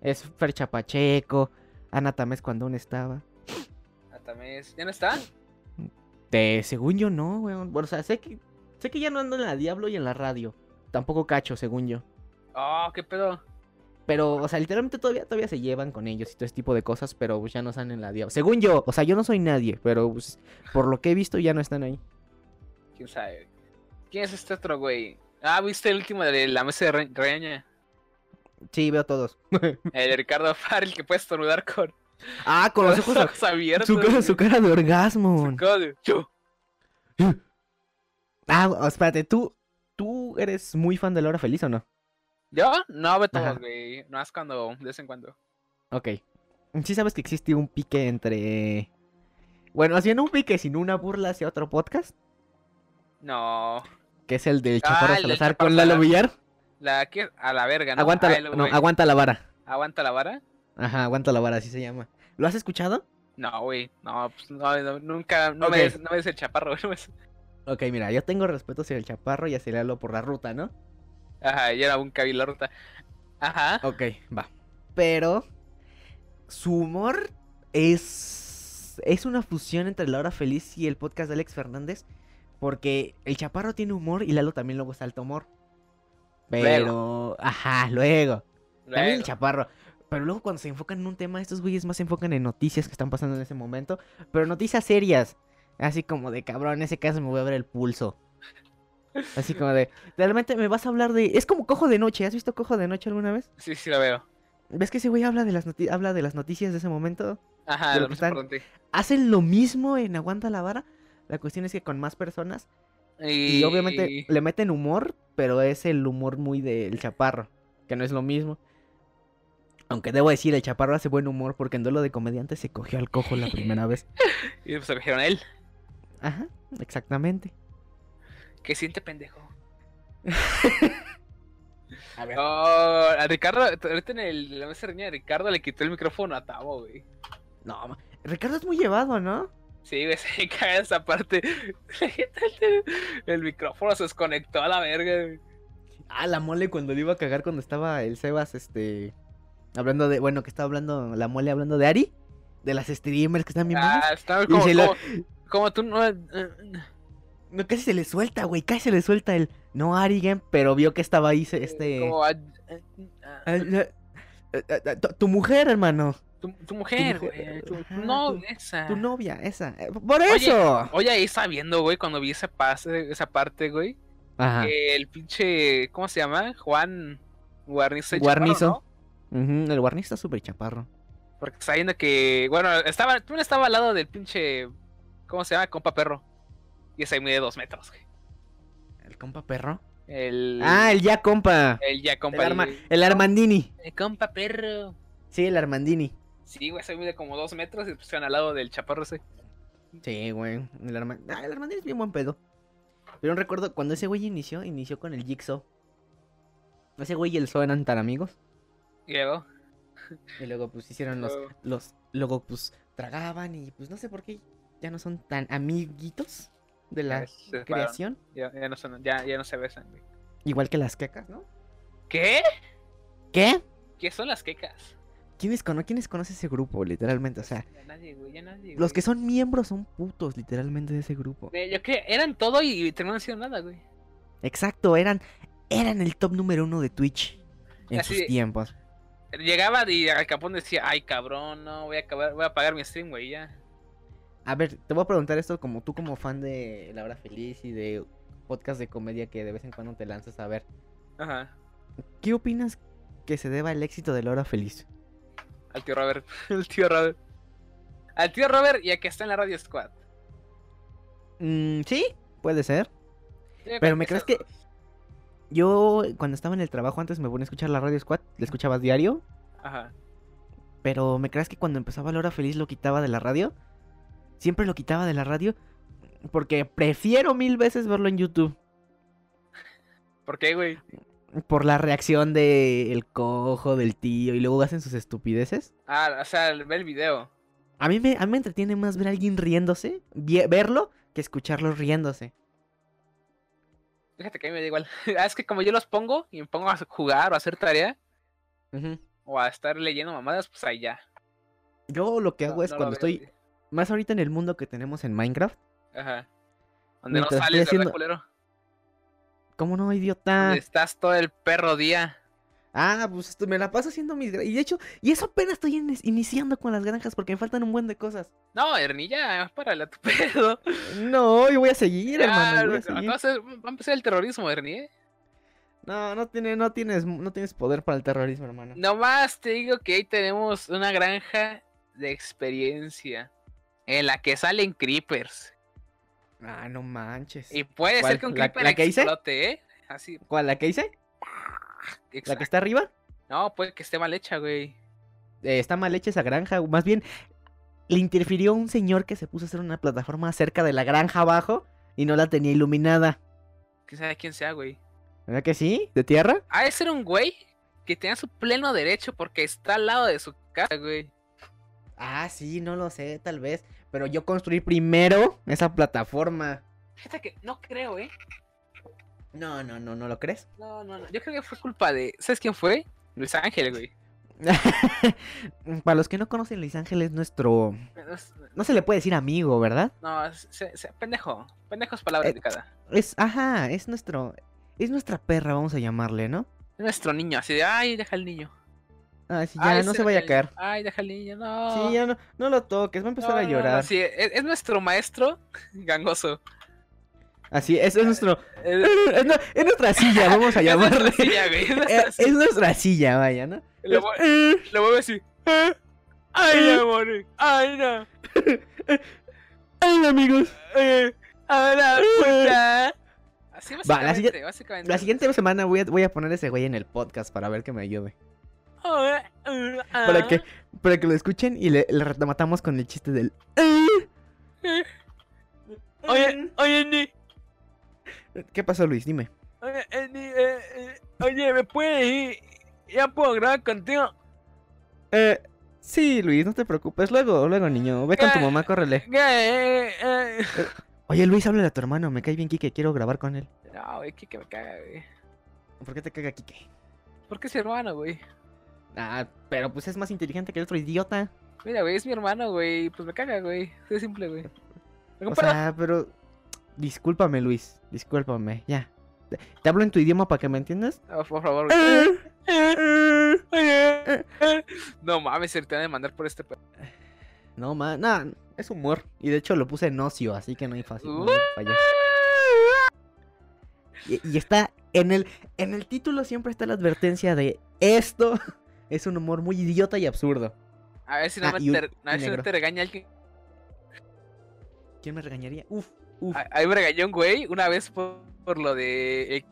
Speaker 2: Es Fer Chapacheco, Ana Tamés cuando aún estaba.
Speaker 4: Ah, también es- ¿Ya no está?
Speaker 2: Te, según yo no, weón. Bueno, o sea, sé que, sé que ya no ando en la Diablo y en la radio. Tampoco cacho, según yo.
Speaker 4: Oh, qué pedo.
Speaker 2: Pero, o sea, literalmente todavía, todavía se llevan con ellos y todo ese tipo de cosas, pero pues, ya no están en la Diablo. Según yo, o sea, yo no soy nadie, pero pues, por lo que he visto ya no están ahí.
Speaker 4: Quién sabe. ¿Quién es este otro güey? Ah, ¿viste el último de la mesa de re- reña?
Speaker 2: Sí, veo todos.
Speaker 4: El de Ricardo Farrell que puede estornudar con
Speaker 2: Ah, con los ojos... ab-
Speaker 4: abiertos.
Speaker 2: Su, cara-
Speaker 4: güey.
Speaker 2: su cara de orgasmo.
Speaker 4: Su
Speaker 2: mon.
Speaker 4: cara de, "Yo".
Speaker 2: Ah, o- espérate, ¿tú, ¿tú eres muy fan de La Hora Feliz o no?
Speaker 4: ¿Yo? No veo todos,
Speaker 2: Ajá.
Speaker 4: güey. No es cuando, de vez en cuando.
Speaker 2: Ok. Sí sabes que existe un pique entre... Bueno, haciendo un pique, sino una burla hacia otro podcast,
Speaker 4: No.
Speaker 2: que es el del
Speaker 4: Ah,
Speaker 2: Chaparro
Speaker 4: el del
Speaker 2: Salazar
Speaker 4: Chaparro
Speaker 2: con Lalo
Speaker 4: Salazar.
Speaker 2: Villar.
Speaker 4: La que a la verga, ¿no?
Speaker 2: Aguanta,
Speaker 4: Ah,
Speaker 2: la-
Speaker 4: el
Speaker 2: no,
Speaker 4: güey.
Speaker 2: aguanta la vara.
Speaker 4: ¿Aguanta la vara?
Speaker 2: Ajá, aguanta la vara, así se llama. ¿Lo has escuchado?
Speaker 4: No, güey. No, pues no, no, nunca. No,
Speaker 2: Ok.
Speaker 4: me des, no me des el chaparro, güey, no me des-
Speaker 2: Ok, mira, yo tengo respeto hacia el Chaparro y hacia Lalo por la ruta, ¿no?
Speaker 4: Ajá, yo era un cabilorta. Ajá.
Speaker 2: Ok, va. Pero su humor es es una fusión entre La Hora Feliz y el podcast de Alex Fernández, Porque el chaparro tiene humor y Lalo también luego salta humor.
Speaker 4: Luego.
Speaker 2: Pero, ajá, luego. También el
Speaker 4: Luego,
Speaker 2: chaparro. Pero luego cuando se enfocan en un tema, estos güeyes más se enfocan en noticias que están pasando en ese momento. Pero noticias serias. Así como de cabrón, en ese caso me voy a ver el pulso. Así como de, realmente me vas a hablar de... Es como Cojo de Noche, ¿has visto Cojo de Noche alguna vez?
Speaker 4: Sí, sí, lo veo.
Speaker 2: ¿Ves que ese güey habla de las, noti- habla de las noticias de ese momento?
Speaker 4: Ajá,
Speaker 2: Pero
Speaker 4: lo
Speaker 2: que
Speaker 4: más
Speaker 2: están-
Speaker 4: importante.
Speaker 2: Hacen lo mismo en Aguanta la Vara. La cuestión es que con más personas. Y, obviamente le meten humor, pero es el humor muy del chaparro, que no es lo mismo. Aunque debo decir, el chaparro hace buen humor porque en duelo de comediante se cogió al cojo la primera vez.
Speaker 4: Y pues se cogieron a él.
Speaker 2: Ajá, exactamente.
Speaker 4: ¿Qué siente pendejo?
Speaker 2: A ver.
Speaker 4: Oh, a Ricardo, ahorita en el- la mesa de reunión de Ricardo le quitó el micrófono a Tavo, güey.
Speaker 2: No, ma- Ricardo es muy llevado, ¿no?
Speaker 4: Sí, güey, se caga esa parte. el micrófono se desconectó a la verga, güey.
Speaker 2: Ah, la mole cuando le iba a cagar cuando estaba el Sebas, este. Hablando de. Bueno, que estaba hablando. La mole hablando de Ari. De las streamers que están bien malas.
Speaker 4: Ah, estaba
Speaker 2: Y
Speaker 4: como,
Speaker 2: se lo-
Speaker 4: como, como tú no. eh,
Speaker 2: No, casi se le suelta, güey. Casi se le suelta el. No, Arigen, pero vio que estaba ahí se- este.
Speaker 4: como a- eh, a-
Speaker 2: Ah, la- ah, ah, ah, tu- tu mujer, hermano.
Speaker 4: tu, tu mujer,
Speaker 2: mujer,
Speaker 4: güey. Tu, tu
Speaker 2: ajá,
Speaker 4: no,
Speaker 2: tu-
Speaker 4: esa.
Speaker 2: Tu novia, esa. eh, ¡Por
Speaker 4: Ah. Oye,
Speaker 2: eso!
Speaker 4: Oye, ahí está viendo, güey, cuando vi esa, pase, esa parte, güey.
Speaker 2: Ajá.
Speaker 4: que el pinche. ¿Cómo se llama? Juan Guarnizo. de
Speaker 2: Guarnizo.
Speaker 4: Chaparro, ¿no?
Speaker 2: Ujú, el guarnista está súper chaparro.
Speaker 4: Porque está viendo que. Bueno, estaba, tú estaba al lado del pinche. ¿Cómo se llama? Compa perro. Y ese ahí mide dos metros, güey.
Speaker 2: ¿El compa perro?
Speaker 4: El.
Speaker 2: Ah, el ya compa.
Speaker 4: el ya
Speaker 2: El,
Speaker 4: compa.
Speaker 2: arma-
Speaker 4: el-
Speaker 2: el Armandini.
Speaker 4: el compa perro.
Speaker 2: Sí, el Armandini.
Speaker 4: Sí, güey, se mide como dos metros y pues, están al lado del chaparro ese.
Speaker 2: Sí, güey. El, Arma- ah, el Armandini es bien buen pedo. Pero recuerdo, cuando ese güey inició, inició con el Jigsaw. Ese güey y el Zo eran tan amigos.
Speaker 4: Y luego.
Speaker 2: Y luego, pues, hicieron los...
Speaker 4: luego,
Speaker 2: los luego, pues, tragaban y, pues, no sé por qué ya no son tan amiguitos de
Speaker 4: ya
Speaker 2: la
Speaker 4: se separaron,
Speaker 2: creación.
Speaker 4: Ya, ya no son- ya- ya no se besan, güey.
Speaker 2: Igual que las quecas, ¿no?
Speaker 4: ¿Qué?
Speaker 2: ¿Qué?
Speaker 4: ¿Qué son las quecas?
Speaker 2: ¿Quiénes, cono ¿Quiénes conoce ese grupo, literalmente? O sea,
Speaker 4: Ya nadie, güey, ya nadie.
Speaker 2: los que
Speaker 4: güey.
Speaker 2: son miembros son putos, literalmente, de ese grupo.
Speaker 4: Eh, Yo creo, eran todo y, y terminaron siendo nada, güey.
Speaker 2: Exacto, eran, eran el top número uno de Twitch en
Speaker 4: Así
Speaker 2: sus
Speaker 4: de-
Speaker 2: tiempos.
Speaker 4: Llegaba y Al Capón decía, ay cabrón, no, voy a acabar, voy a apagar mi stream, güey, ya.
Speaker 2: A ver, te voy a preguntar esto como tú como fan de La Hora Feliz y de podcast de comedia que de vez en cuando te lanzas a ver.
Speaker 4: Ajá.
Speaker 2: ¿Qué opinas que se deba el éxito de La Hora Feliz?
Speaker 4: Al tío Robert, al tío Robert. Al tío Robert y a que está en la Radio Squad.
Speaker 2: Mm, sí, puede ser.
Speaker 4: Yo
Speaker 2: Pero
Speaker 4: creo
Speaker 2: me crees
Speaker 4: esas
Speaker 2: que...
Speaker 4: dos.
Speaker 2: Yo cuando estaba en el trabajo antes me ponía a escuchar la Radio Squad, la escuchabas diario,
Speaker 4: Ajá.
Speaker 2: Pero me creas que cuando empezaba la hora feliz lo quitaba de la radio. Siempre lo quitaba de la radio. Porque prefiero mil veces verlo en YouTube.
Speaker 4: ¿Por qué, güey?
Speaker 2: Por la reacción del el cojo, del tío. Y luego hacen sus estupideces.
Speaker 4: Ah, o sea, ve el video.
Speaker 2: A mí me, a mí me entretiene más ver a alguien riéndose. vie- verlo que escucharlo riéndose.
Speaker 4: Fíjate que a mí me da igual. Ah, es que como yo los pongo y me pongo a jugar o a hacer tarea o a estar leyendo mamadas, pues ahí ya.
Speaker 2: Yo lo que hago
Speaker 4: No-
Speaker 2: es
Speaker 4: no lo
Speaker 2: cuando
Speaker 4: veo,
Speaker 2: estoy...
Speaker 4: güey.
Speaker 2: Más ahorita en el mundo que tenemos en Minecraft.
Speaker 4: Ajá. Donde no
Speaker 2: Mientras estoy
Speaker 4: sales, ¿verdad,
Speaker 2: haciendo- Ah.
Speaker 4: culero?
Speaker 2: ¿Cómo no, idiota?
Speaker 4: Donde estás todo el perro día.
Speaker 2: Ah, pues esto- me la paso haciendo mis... gra- Y de hecho, y eso apenas estoy in- iniciando con las granjas porque me faltan un buen de cosas.
Speaker 4: No, Ernilla, párale a tu pedo.
Speaker 2: No, yo voy a seguir, hermano.
Speaker 4: Ah,
Speaker 2: yo voy a
Speaker 4: no,
Speaker 2: seguir.
Speaker 4: entonces, va a empezar el terrorismo, Ernie. ¿eh?
Speaker 2: No, no, tiene, no, tienes, no tienes poder para el terrorismo, hermano.
Speaker 4: Nomás te digo que ahí tenemos una granja de experiencia en la que salen creepers.
Speaker 2: Ah, no manches.
Speaker 4: Y puede
Speaker 2: ¿Cuál?
Speaker 4: ser que un
Speaker 2: ¿La-
Speaker 4: creeper
Speaker 2: la que hice?
Speaker 4: explote, ¿eh? Así,
Speaker 2: ¿Cuál? ¿La que hice? ¿La
Speaker 4: exacto.
Speaker 2: que está arriba?
Speaker 4: No, puede que esté mal hecha, güey.
Speaker 2: Eh, está mal hecha esa granja. o Más bien, le interfirió un señor que se puso a hacer una plataforma cerca de la granja abajo y no la tenía iluminada.
Speaker 4: Quién sabe quién sea, güey.
Speaker 2: ¿Verdad que sí? ¿De tierra?
Speaker 4: Ha de ser un güey que tenía su pleno derecho porque está al lado de su casa, güey.
Speaker 2: Ah, sí, no lo sé, tal vez. Pero yo construí primero esa plataforma.
Speaker 4: Fíjate que no creo, ¿eh?
Speaker 2: No, no, no, ¿no lo crees?
Speaker 4: No, no, no. Yo creo que fue culpa de. ¿Sabes quién fue? Luis Ángel, güey.
Speaker 2: Para los que no conocen, Luis Ángel es nuestro...
Speaker 4: Es-
Speaker 2: No se le puede decir amigo, ¿verdad?
Speaker 4: No, es- se- se- pendejo. Pendejo es palabra
Speaker 2: Eh.
Speaker 4: indicada.
Speaker 2: Es, ajá, es nuestro... Es nuestra perra, vamos a llamarle, ¿no?
Speaker 4: Nuestro niño, así de, ay, deja al niño.
Speaker 2: Ah, sí,
Speaker 4: Ay,
Speaker 2: ya, no
Speaker 4: ese
Speaker 2: se vaya a
Speaker 4: niño,
Speaker 2: caer.
Speaker 4: Ay, deja al niño, no.
Speaker 2: Sí, ya no, no lo toques, va a empezar
Speaker 4: No,
Speaker 2: a
Speaker 4: no, no,
Speaker 2: llorar.
Speaker 4: sí, e, es, es nuestro maestro gangoso.
Speaker 2: Así, es, es nuestro...
Speaker 4: Es,
Speaker 2: Es, nu- es nuestra silla, vamos a
Speaker 4: es nuestra
Speaker 2: llamarle.
Speaker 4: silla, güey, es nuestra
Speaker 2: Eh, Es
Speaker 4: silla.
Speaker 2: nuestra silla, vaya, ¿no?
Speaker 4: Lo
Speaker 2: Es- eh,
Speaker 4: Lo mueve así. "Ah, Ay, amor. Ay, no.
Speaker 2: Ay, amigos.
Speaker 4: Eh, A la puta. Así
Speaker 2: Va, la
Speaker 4: básicamente,
Speaker 2: siguiente-
Speaker 4: básicamente.
Speaker 2: La siguiente semana voy a, voy a poner a ese güey en el podcast para ver que me ayude.
Speaker 4: ah,
Speaker 2: Ah. Para que, para que lo escuchen y le, le rematamos con el chiste del. eh. Mm.
Speaker 4: Oye, oye, Andy,
Speaker 2: ¿Qué pasó, Luis? Dime.
Speaker 4: oye, Andy, eh, eh, oye, ¿me puedes ir? ¿Ya puedo grabar contigo?
Speaker 2: Eh, sí, Luis, no te preocupes. Luego, luego, niño. Ve con tu mamá, córrele.
Speaker 4: ¿Qué? Eh, eh.
Speaker 2: Ah. Oye, Luis, háblale a tu hermano. Me cae bien Kike, quiero grabar con él.
Speaker 4: No, güey, que me caga, güey.
Speaker 2: ¿Por qué te caga Kike?
Speaker 4: ¿Por qué es mi hermano, güey?
Speaker 2: Ah, pero pues es más inteligente que el otro idiota.
Speaker 4: Mira, güey, es mi hermano, güey. Pues me caga, güey. Soy simple, güey. Me
Speaker 2: O
Speaker 4: comparo-
Speaker 2: sea, pero. Discúlpame, Luis. Discúlpame, ya. Te- Te hablo en tu idioma para que me entiendas.
Speaker 4: Ah, por favor, güey. No mames, ahorita me van a mandar por este. pe-
Speaker 2: No, man, nada, es humor. Y de hecho lo puse en ocio, así que no hay fácil. no hay
Speaker 4: Uh.
Speaker 2: fallas. Y, y está en el, en el título siempre está la advertencia de esto es un humor muy idiota y absurdo.
Speaker 4: A ver si no,
Speaker 2: Ah,
Speaker 4: me
Speaker 2: y un-
Speaker 4: te... a
Speaker 2: y
Speaker 4: ver si no
Speaker 2: negro.
Speaker 4: te regaña alguien.
Speaker 2: ¿Quién me regañaría? Uf, uf.
Speaker 4: A- Ahí me regañó Ah, un güey una vez por, por lo de. eh,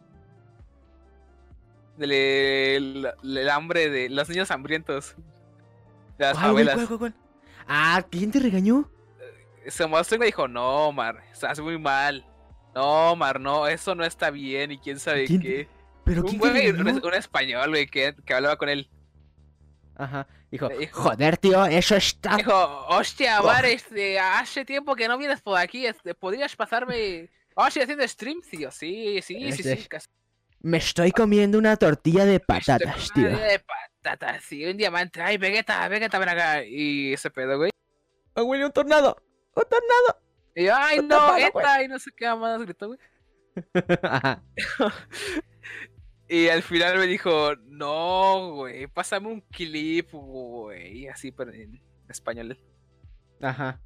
Speaker 4: Del el, el hambre de los niños hambrientos. De las
Speaker 2: ¿Cuál, güey?
Speaker 4: favelas.
Speaker 2: ¿Cuál, cuál, cuál? Ah, ¿quién te regañó?
Speaker 4: Se mostró y me dijo: No, Mar, estás muy mal. No, Mar, no, eso no está bien y quién sabe
Speaker 2: ¿Quién te-
Speaker 4: qué.
Speaker 2: Pero
Speaker 4: Un
Speaker 2: ¿quién te
Speaker 4: güey, un,
Speaker 2: regañó?
Speaker 4: un español, güey, que, que hablaba con él.
Speaker 2: Ajá, dijo,
Speaker 4: Le dijo-
Speaker 2: joder, tío, eso está...
Speaker 4: Dijo, hostia,
Speaker 2: Ah. Oh.
Speaker 4: Mar, este, hace tiempo que no vienes por aquí, este, podrías pasarme. Oye, haciendo stream, tío. Sí, sí, sí,
Speaker 2: Este,
Speaker 4: sí. que-
Speaker 2: Me estoy comiendo una tortilla de patatas,
Speaker 4: Este,
Speaker 2: tío.
Speaker 4: madre De patatas, sí, un diamante. Ay, Vegeta, Vegeta, ven acá. Y ese pedo, güey.
Speaker 2: ¡Ah, güey, un tornado! ¡Un tornado!
Speaker 4: Y yo, ay,
Speaker 2: Está
Speaker 4: no,
Speaker 2: malo, Pues güey.
Speaker 4: Eta, y no sé qué más gritó, güey.
Speaker 2: Ajá.
Speaker 4: Y al final me dijo, no, güey, pásame un clip, güey. Y así, pero en español.
Speaker 2: Ajá.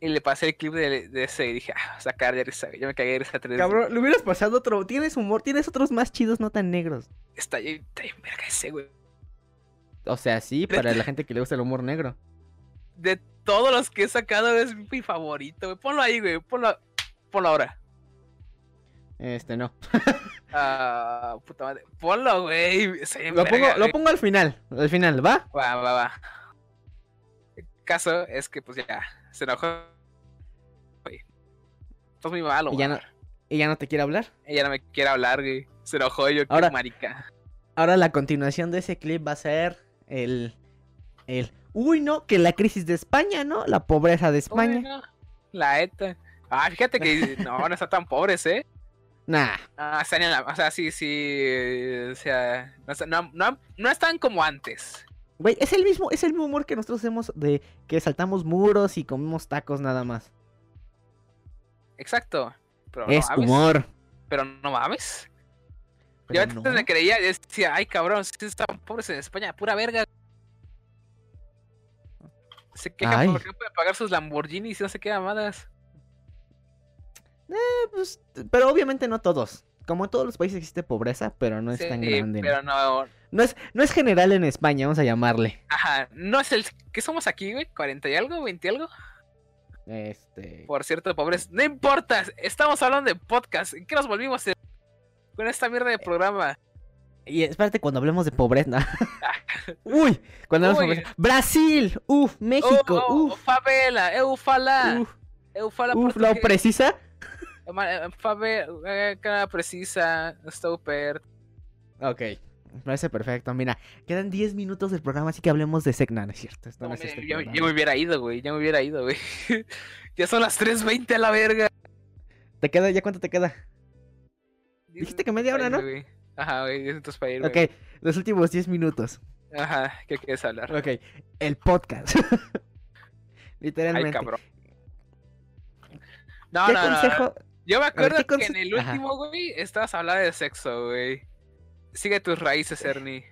Speaker 4: Y le pasé el clip de, de ese y dije, ah, sacar de risa, güey. Yo me cagué de risa tres veces.
Speaker 2: Cabrón, le hubieras pasado otro. Tienes humor, tienes otros más chidos, no tan negros.
Speaker 4: Está bien, está bien, verga ese, güey.
Speaker 2: O sea, sí, para la gente que le gusta el humor negro.
Speaker 4: De todos los que he sacado es mi favorito, güey. Ponlo ahí, güey. Ponlo, ponlo ahora.
Speaker 2: Este no.
Speaker 4: Ah, puta madre. Ponlo, güey. Está bien
Speaker 2: Lo
Speaker 4: verga,
Speaker 2: pongo,
Speaker 4: güey.
Speaker 2: lo pongo al final. Al final, ¿va?
Speaker 4: Va, va, va. El caso es que pues ya se enojó. Güey. Estás muy malo,
Speaker 2: Y
Speaker 4: güey.
Speaker 2: ya no, y ya no te quiere hablar.
Speaker 4: Ella no me quiere hablar, güey. Se enojó y yo, qué
Speaker 2: Ahora-
Speaker 4: marica.
Speaker 2: Ahora la continuación de ese clip va a ser el. El. Uy, no, que la crisis de España, ¿no? La pobreza de España.
Speaker 4: Uy, no, La ETA. Ah, fíjate que no, no están tan pobres, ¿eh?
Speaker 2: Nah.
Speaker 4: Ah, están en la... O sea, sí, sí. eh, O sea, no, están- no, no, no están como antes.
Speaker 2: Güey, es el mismo, es el mismo humor que nosotros hacemos de que saltamos muros y comemos tacos nada más.
Speaker 4: Exacto. Pero
Speaker 2: es
Speaker 4: no mames.
Speaker 2: humor.
Speaker 4: Pero no mames.
Speaker 2: Pero
Speaker 4: yo antes
Speaker 2: no.
Speaker 4: me creía y decía, ay cabrón, si están pobres en España, pura verga. Se quejan
Speaker 2: Ay.
Speaker 4: porque no pueden pagar sus Lamborghinis y no se quedan malas.
Speaker 2: Eh, pues, pero obviamente no todos. Como en todos los países existe pobreza, pero no es tan grande. ¿no?
Speaker 4: Pero no,
Speaker 2: No es, no es general en España, vamos a llamarle.
Speaker 4: ajá, no es el que somos aquí, güey, 40 y algo, 20 y algo.
Speaker 2: Este.
Speaker 4: Por cierto, pobres, no importa, estamos hablando de podcast. ¿En qué nos volvimos eh? con esta mierda de programa?
Speaker 2: Y espérate, cuando hablemos de pobreza. Uy, cuando hablemos de
Speaker 4: Uy.
Speaker 2: pobreza. Brasil, uf, México,
Speaker 4: Oh, oh,
Speaker 2: uf,
Speaker 4: favela, eufala,
Speaker 2: uf,
Speaker 4: eufala
Speaker 2: uf, la
Speaker 4: portugués.
Speaker 2: precisa.
Speaker 4: Ma- eh, Fabe, eh, cara precisa, está per.
Speaker 2: Ok, me parece perfecto. Mira, quedan 10 minutos del programa, así que hablemos de Segna, ¿no es cierto? Esto no
Speaker 4: No,
Speaker 2: es
Speaker 4: me-
Speaker 2: este
Speaker 4: yo,
Speaker 2: programa.
Speaker 4: yo me hubiera ido, güey. Ya me hubiera ido, güey. ya son las 3.20 a la verga.
Speaker 2: ¿Te queda? ¿Ya cuánto te queda? Dijiste que media hora,
Speaker 4: Ay,
Speaker 2: ¿no?
Speaker 4: güey. Ajá, güey. Diez minutos para ir, güey.
Speaker 2: Ok, los últimos 10 minutos.
Speaker 4: Ajá, ¿qué quieres hablar?
Speaker 2: Ok, el podcast. Literalmente.
Speaker 4: Ay, cabrón. No,
Speaker 2: ¿Qué
Speaker 4: Ah, no, no,
Speaker 2: consejo?
Speaker 4: no. Yo me acuerdo
Speaker 2: ¿qué
Speaker 4: que en
Speaker 2: conse-
Speaker 4: el
Speaker 2: Ajá.
Speaker 4: último, güey, estabas hablando de sexo, güey. Sigue tus raíces, Ernie.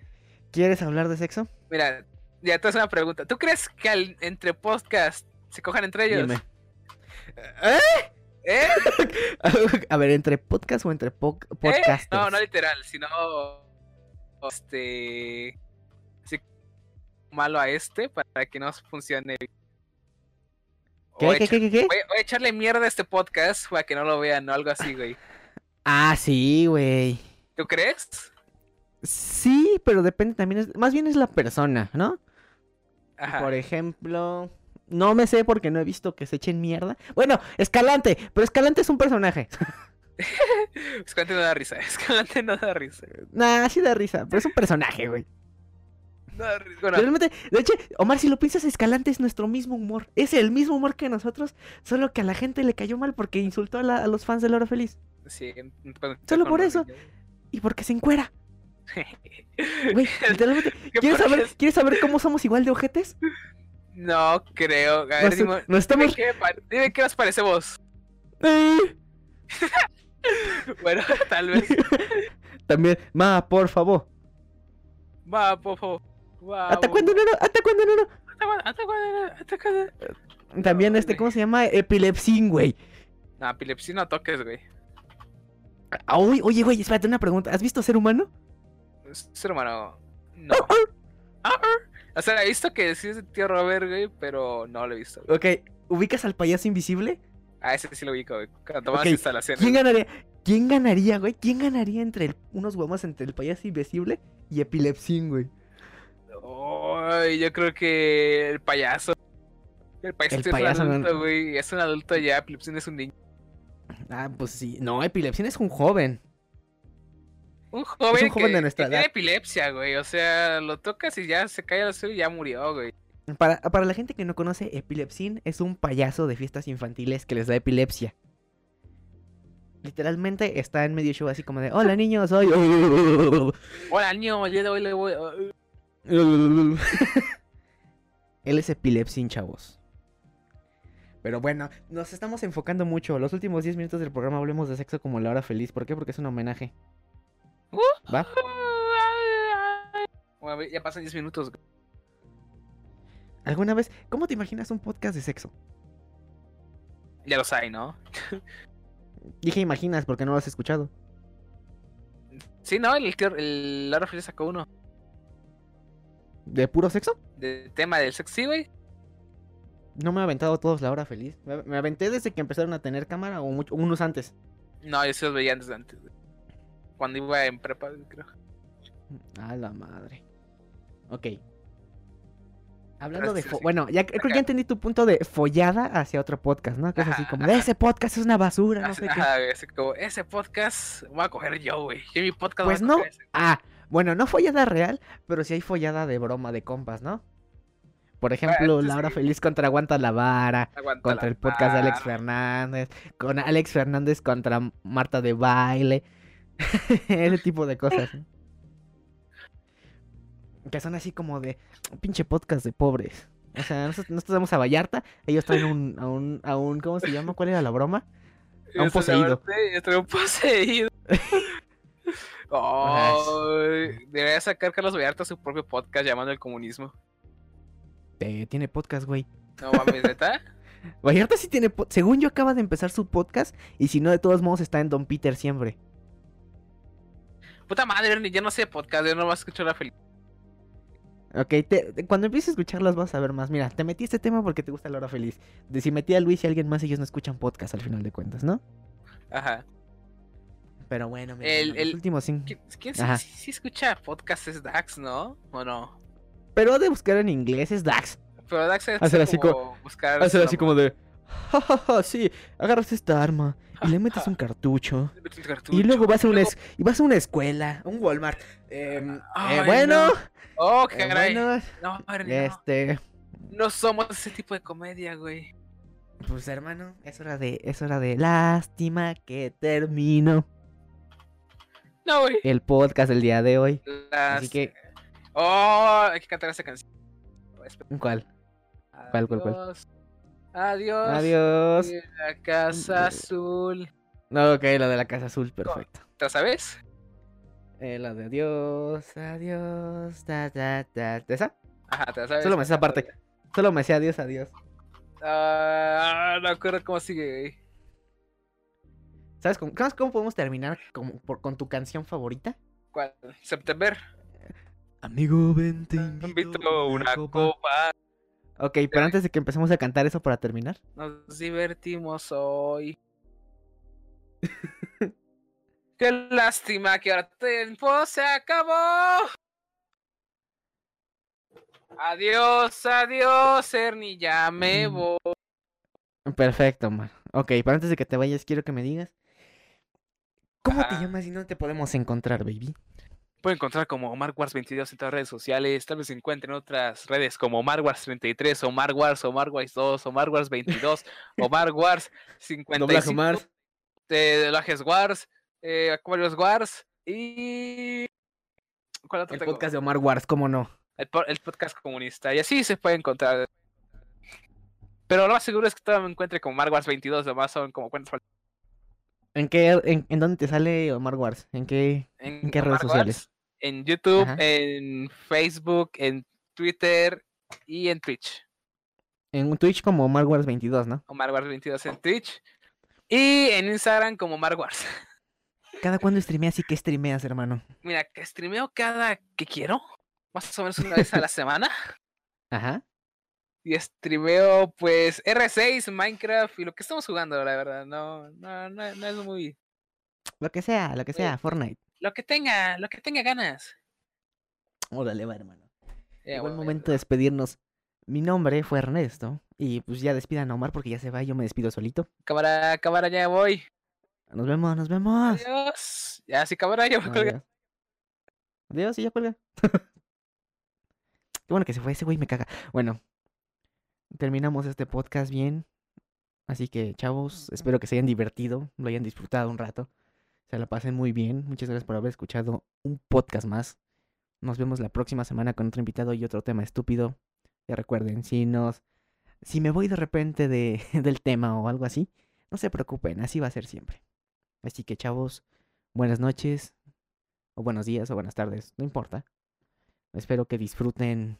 Speaker 2: ¿Quieres hablar de sexo?
Speaker 4: Mira, ya te hago una pregunta. ¿Tú crees que al- entre podcast se cojan entre ellos?
Speaker 2: Dime.
Speaker 4: ¿Eh?
Speaker 2: A ver, ¿entre podcast o entre po- podcasters?
Speaker 4: No, no literal, sino. Este. Así malo a este para que no funcione.
Speaker 2: ¿Qué,
Speaker 4: O
Speaker 2: qué,
Speaker 4: echa-
Speaker 2: qué, qué, qué?
Speaker 4: Voy, voy a echarle mierda a este podcast para que no lo vean o algo así, güey.
Speaker 2: Ah, sí, güey.
Speaker 4: ¿Tú crees?
Speaker 2: Sí, pero depende también. es- Más bien es la persona, ¿no?
Speaker 4: Ajá.
Speaker 2: Por ejemplo, no me sé porque no he visto que se echen mierda. Bueno, Escalante, pero Escalante es un personaje.
Speaker 4: Escalante no da risa. Escalante no da risa.
Speaker 2: nah, sí da risa, pero es un personaje, güey.
Speaker 4: No da risa. Bueno,
Speaker 2: Realmente, de hecho, Omar, si lo piensas, Escalante es nuestro mismo humor. Es el mismo humor que nosotros, solo que a la gente le cayó mal porque insultó a, la- a los fans del Oro Feliz.
Speaker 4: sí, cuando-
Speaker 2: Solo
Speaker 4: con
Speaker 2: por
Speaker 4: los
Speaker 2: eso.
Speaker 4: niños.
Speaker 2: Y porque se encuera. Güey, literalmente,
Speaker 4: ¿Qué
Speaker 2: ¿quieres
Speaker 4: por
Speaker 2: saber,
Speaker 4: qué?
Speaker 2: ¿quieres saber cómo somos igual de ojetes?
Speaker 4: No creo. A ver,
Speaker 2: Nos,
Speaker 4: dime,
Speaker 2: nos
Speaker 4: dime
Speaker 2: estamos...
Speaker 4: qué, pa- dime qué os parece vos.
Speaker 2: Eh.
Speaker 4: Bueno, tal vez.
Speaker 2: También, ma, por favor.
Speaker 4: Va, por favor. Va,
Speaker 2: ¿Hasta
Speaker 4: por-
Speaker 2: cuándo no, no? ¿Hasta cuándo no, no?
Speaker 4: Hasta cuándo, hasta cuándo, hasta cuándo.
Speaker 2: También
Speaker 4: No,
Speaker 2: este,
Speaker 4: güey.
Speaker 2: ¿cómo se llama? Epilepsin, güey.
Speaker 4: No, epilepsia no toques, güey.
Speaker 2: Ah, uy, oye, güey, espérate una pregunta. ¿Has visto ser humano?
Speaker 4: Ser humano. No. Ah, ah. O sea, he visto que sí es el tío Robert, güey, pero no lo he visto. güey.
Speaker 2: Ok, ¿ubicas al payaso invisible?
Speaker 4: Ah, ese sí lo ubico, güey. Cuando toman
Speaker 2: Ok,
Speaker 4: las instalaciones.
Speaker 2: ¿Quién ganaría? ¿Quién ganaría, güey? ¿Quién ganaría entre el- unos huevos entre el payaso invisible y Epilepsin, güey?
Speaker 4: Ay, yo creo que el payaso. El payaso,
Speaker 2: El
Speaker 4: es un
Speaker 2: payaso,
Speaker 4: adulto,
Speaker 2: no-
Speaker 4: güey. Es un adulto ya, Epilepsia es un niño.
Speaker 2: Ah, pues sí. No, Epilepsin es un joven.
Speaker 4: Un joven,
Speaker 2: Es un joven
Speaker 4: que,
Speaker 2: de nuestra
Speaker 4: que tiene
Speaker 2: edad.
Speaker 4: epilepsia, güey. O sea, lo tocas y ya se cae al suelo y ya murió, güey.
Speaker 2: Para, para la gente que no conoce, Epilepsin es un payaso de fiestas infantiles que les da epilepsia. Literalmente está en medio show así como de, hola niños, soy...
Speaker 4: Hola, niño, yo de hoy le voy. uh,
Speaker 2: Él es epilepsin, chavos. Pero bueno, nos estamos enfocando mucho. Los últimos 10 minutos del programa hablemos de sexo como la hora feliz. ¿Por qué? Porque es un homenaje. ¿Va?
Speaker 4: uh, Bueno, ya pasan 10 minutos, güey.
Speaker 2: ¿Alguna vez? ¿Cómo te imaginas un podcast de sexo?
Speaker 4: Ya los hay, ¿no?
Speaker 2: Dije imaginas porque no lo has escuchado.
Speaker 4: Sí, no, el tío, el Laura Feliz sacó uno
Speaker 2: ¿De puro sexo?
Speaker 4: de tema del sexy, güey.
Speaker 2: No me he aventado todos la hora feliz. Me me aventé desde que empezaron a tener cámara o mucho- unos antes.
Speaker 4: No, yo sí los veía antes de antes, güey. Cuando iba en prepa, güey, creo.
Speaker 2: A la madre. Ok. Hablando de...
Speaker 4: sí,
Speaker 2: fo-
Speaker 4: sí.
Speaker 2: Bueno, ya creo que
Speaker 4: Ajá.
Speaker 2: ya entendí tu punto de follada hacia otro podcast, ¿no? Que es así
Speaker 4: Ajá,
Speaker 2: como, de ese podcast es una basura, no
Speaker 4: Así-
Speaker 2: sé qué.
Speaker 4: ajá, güey, así como, ese podcast voy a coger yo, güey. Yo mi podcast
Speaker 2: Pues
Speaker 4: voy a
Speaker 2: no.
Speaker 4: coger ese.
Speaker 2: Ah, bueno, no follada real, pero sí hay follada de broma de compas, ¿no? Por ejemplo,
Speaker 4: entonces
Speaker 2: Laura
Speaker 4: sí.
Speaker 2: Feliz contra Aguanta la Vara,
Speaker 4: Aguanta
Speaker 2: contra
Speaker 4: la
Speaker 2: el podcast de Alex
Speaker 4: vara.
Speaker 2: Fernández, con Alex Fernández contra Marta de Baile, ese tipo de cosas. ¿no? Que son así como de pinche podcast de pobres. O sea, nosotros, nosotros vamos a Vallarta, ellos traen un, a un, a un, ¿cómo se llama? ¿Cuál era la broma? a un
Speaker 4: Eso se
Speaker 2: poseído.
Speaker 4: abre, Yo traigo un poseído. Ay, debería sacar Carlos Vallarta su propio podcast llamando al comunismo.
Speaker 2: Eh, tiene podcast, güey.
Speaker 4: No mames, neta.
Speaker 2: Vallarta sí tiene, po- según yo acaba de empezar su podcast y si no de todos modos está en Don Peter siempre.
Speaker 4: Puta madre, Ernie, ya no sé de podcast, yo no vas a escuchar la feliz.
Speaker 2: Ok, te- te- cuando empieces a escucharlas vas a ver más. Mira, te metí este tema porque te gusta la hora feliz. De si metí a Luis y alguien más, ellos no escuchan podcast al final de cuentas, ¿no?
Speaker 4: Ajá.
Speaker 2: Pero bueno, mira,
Speaker 4: El-
Speaker 2: los
Speaker 4: el-
Speaker 2: últimos cinco.
Speaker 4: ¿Qui- ¿Quién
Speaker 2: Ajá.
Speaker 4: sí, sí- sí escucha podcast es Dax, no? ¿O no?
Speaker 2: Pero ha de buscar en inglés es Dax.
Speaker 4: Pero Dax es
Speaker 2: Hacer Ah, así
Speaker 4: buscar.
Speaker 2: Hacer Ah, así
Speaker 4: su
Speaker 2: como de... Ja, ja, ja, sí, agarras esta arma y le metes un cartucho.
Speaker 4: nombre. Metes el cartucho,
Speaker 2: Y luego vas a una,
Speaker 4: luego-
Speaker 2: es- y vas a una escuela, un Walmart. Em, eh,
Speaker 4: Ay,
Speaker 2: bueno,
Speaker 4: no. Oh,
Speaker 2: eh,
Speaker 4: qué caray.
Speaker 2: bueno,
Speaker 4: No, Ernie, no.
Speaker 2: este...
Speaker 4: No somos ese tipo de comedia, güey.
Speaker 2: Pues hermano, es hora de, es hora de lástima que termino
Speaker 4: No, güey.
Speaker 2: el podcast del día de hoy.
Speaker 4: Las...
Speaker 2: Así que
Speaker 4: Oh, hay que cantar esa canción.
Speaker 2: ¿Cuál? ¿Cuál, cuál, cuál?
Speaker 4: Adiós. Adiós.
Speaker 2: Adiós.
Speaker 4: de La casa azul.
Speaker 2: No, ok, la de la Casa Azul, perfecto.
Speaker 4: ¿Te la sabes?
Speaker 2: Eh, la de adiós, adiós, ta, ta, ta. ¿Esa?
Speaker 4: Ajá, te la sabes.
Speaker 2: Solo me sé esa parte. Solo me sé adiós, adiós.
Speaker 4: Ah, no acuerdo cómo sigue, güey.
Speaker 2: ¿Sabes cómo, ¿sabes cómo podemos terminar como por- con tu canción favorita?
Speaker 4: ¿Cuál? September.
Speaker 2: Amigo, vente.
Speaker 4: Invito una copa.
Speaker 2: Ok, pero antes de que empecemos a cantar eso para terminar.
Speaker 4: Nos divertimos hoy. Qué lástima que ahora tiempo se acabó. Adiós, adiós, Ernie, ya me
Speaker 2: Mm.
Speaker 4: voy.
Speaker 2: Perfecto, Omar. Ok, pero antes de que te vayas, quiero que me digas. ¿Cómo te
Speaker 4: Ajá.
Speaker 2: llamas y no te podemos encontrar, baby?
Speaker 4: Pueden encontrar como Omar Wars 22 en todas las redes sociales. Tal vez se encuentren en otras redes como Omar Wars 33, Omar Wars, Omar Wars 2, Omar Wars 22, Omar Wars 55, eh, Doblajes Wars, eh, Aquarius Wars y... ¿Cuál otro
Speaker 2: El
Speaker 4: tengo?
Speaker 2: podcast de Omar Wars, ¿cómo no?
Speaker 4: El, po- el podcast comunista. Y así se puede encontrar. Pero lo más seguro es que todavía me encuentre como Omar Wars 22. Además son como cuentas fal-
Speaker 2: ¿En qué, en, en dónde te sale Omar Wars? ¿En qué? ¿En qué
Speaker 4: Omar
Speaker 2: redes sociales?
Speaker 4: Wars, en YouTube,
Speaker 2: Ajá.
Speaker 4: en Facebook, en Twitter y en Twitch.
Speaker 2: En Twitch como Omar Wars 22, ¿no?
Speaker 4: Omar Wars 22 en Twitch. Y en Instagram como Omar Wars.
Speaker 2: ¿Cada cuándo streameas y qué streameas, hermano?
Speaker 4: Mira, que streameo cada que quiero. Más o menos una vez a la semana.
Speaker 2: Ajá.
Speaker 4: Y streameo pues R6, Minecraft y lo que estamos jugando, la verdad. No, no, no, no es muy...
Speaker 2: Lo que sea, lo que
Speaker 4: Oye.
Speaker 2: sea, Fortnite.
Speaker 4: Lo que tenga, lo que tenga ganas.
Speaker 2: Órale, va, hermano.
Speaker 4: Ya,
Speaker 2: Llegó el
Speaker 4: bueno,
Speaker 2: momento de despedirnos. Mi nombre fue Ernesto. Y pues ya despidan a Omar porque ya se va y yo me despido solito.
Speaker 4: Cámara, cámara, ya voy.
Speaker 2: Nos vemos, nos vemos.
Speaker 4: Adiós. Ya, sí, cámara, ya voy a colgar.
Speaker 2: Ah. Adiós. Ah, Adiós, y ya cuelga. Qué bueno que se fue ese güey, me caga. Bueno, terminamos este podcast bien. Así que, chavos, espero que se hayan divertido, lo hayan disfrutado un rato. Se la pasen muy bien. Muchas gracias por haber escuchado un podcast más. Nos vemos la próxima semana con otro invitado y otro tema estúpido. Ya recuerden, si nos. Si me voy de repente de, del tema o algo así, no se preocupen, así va a ser siempre. Así que, chavos, buenas noches o buenos días o buenas tardes, no importa. Espero que disfruten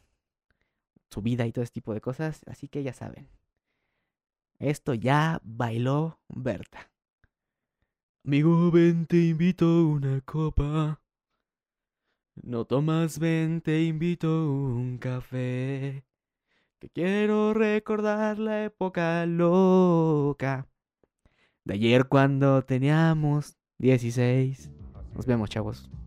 Speaker 2: su vida y todo ese tipo de cosas, así que ya saben. Esto ya bailó Berta. Amigo, ven, te invito una copa. No tomas, ven, te invito un café. Que quiero recordar la época loca. De ayer cuando teníamos 16. Nos vemos, chavos.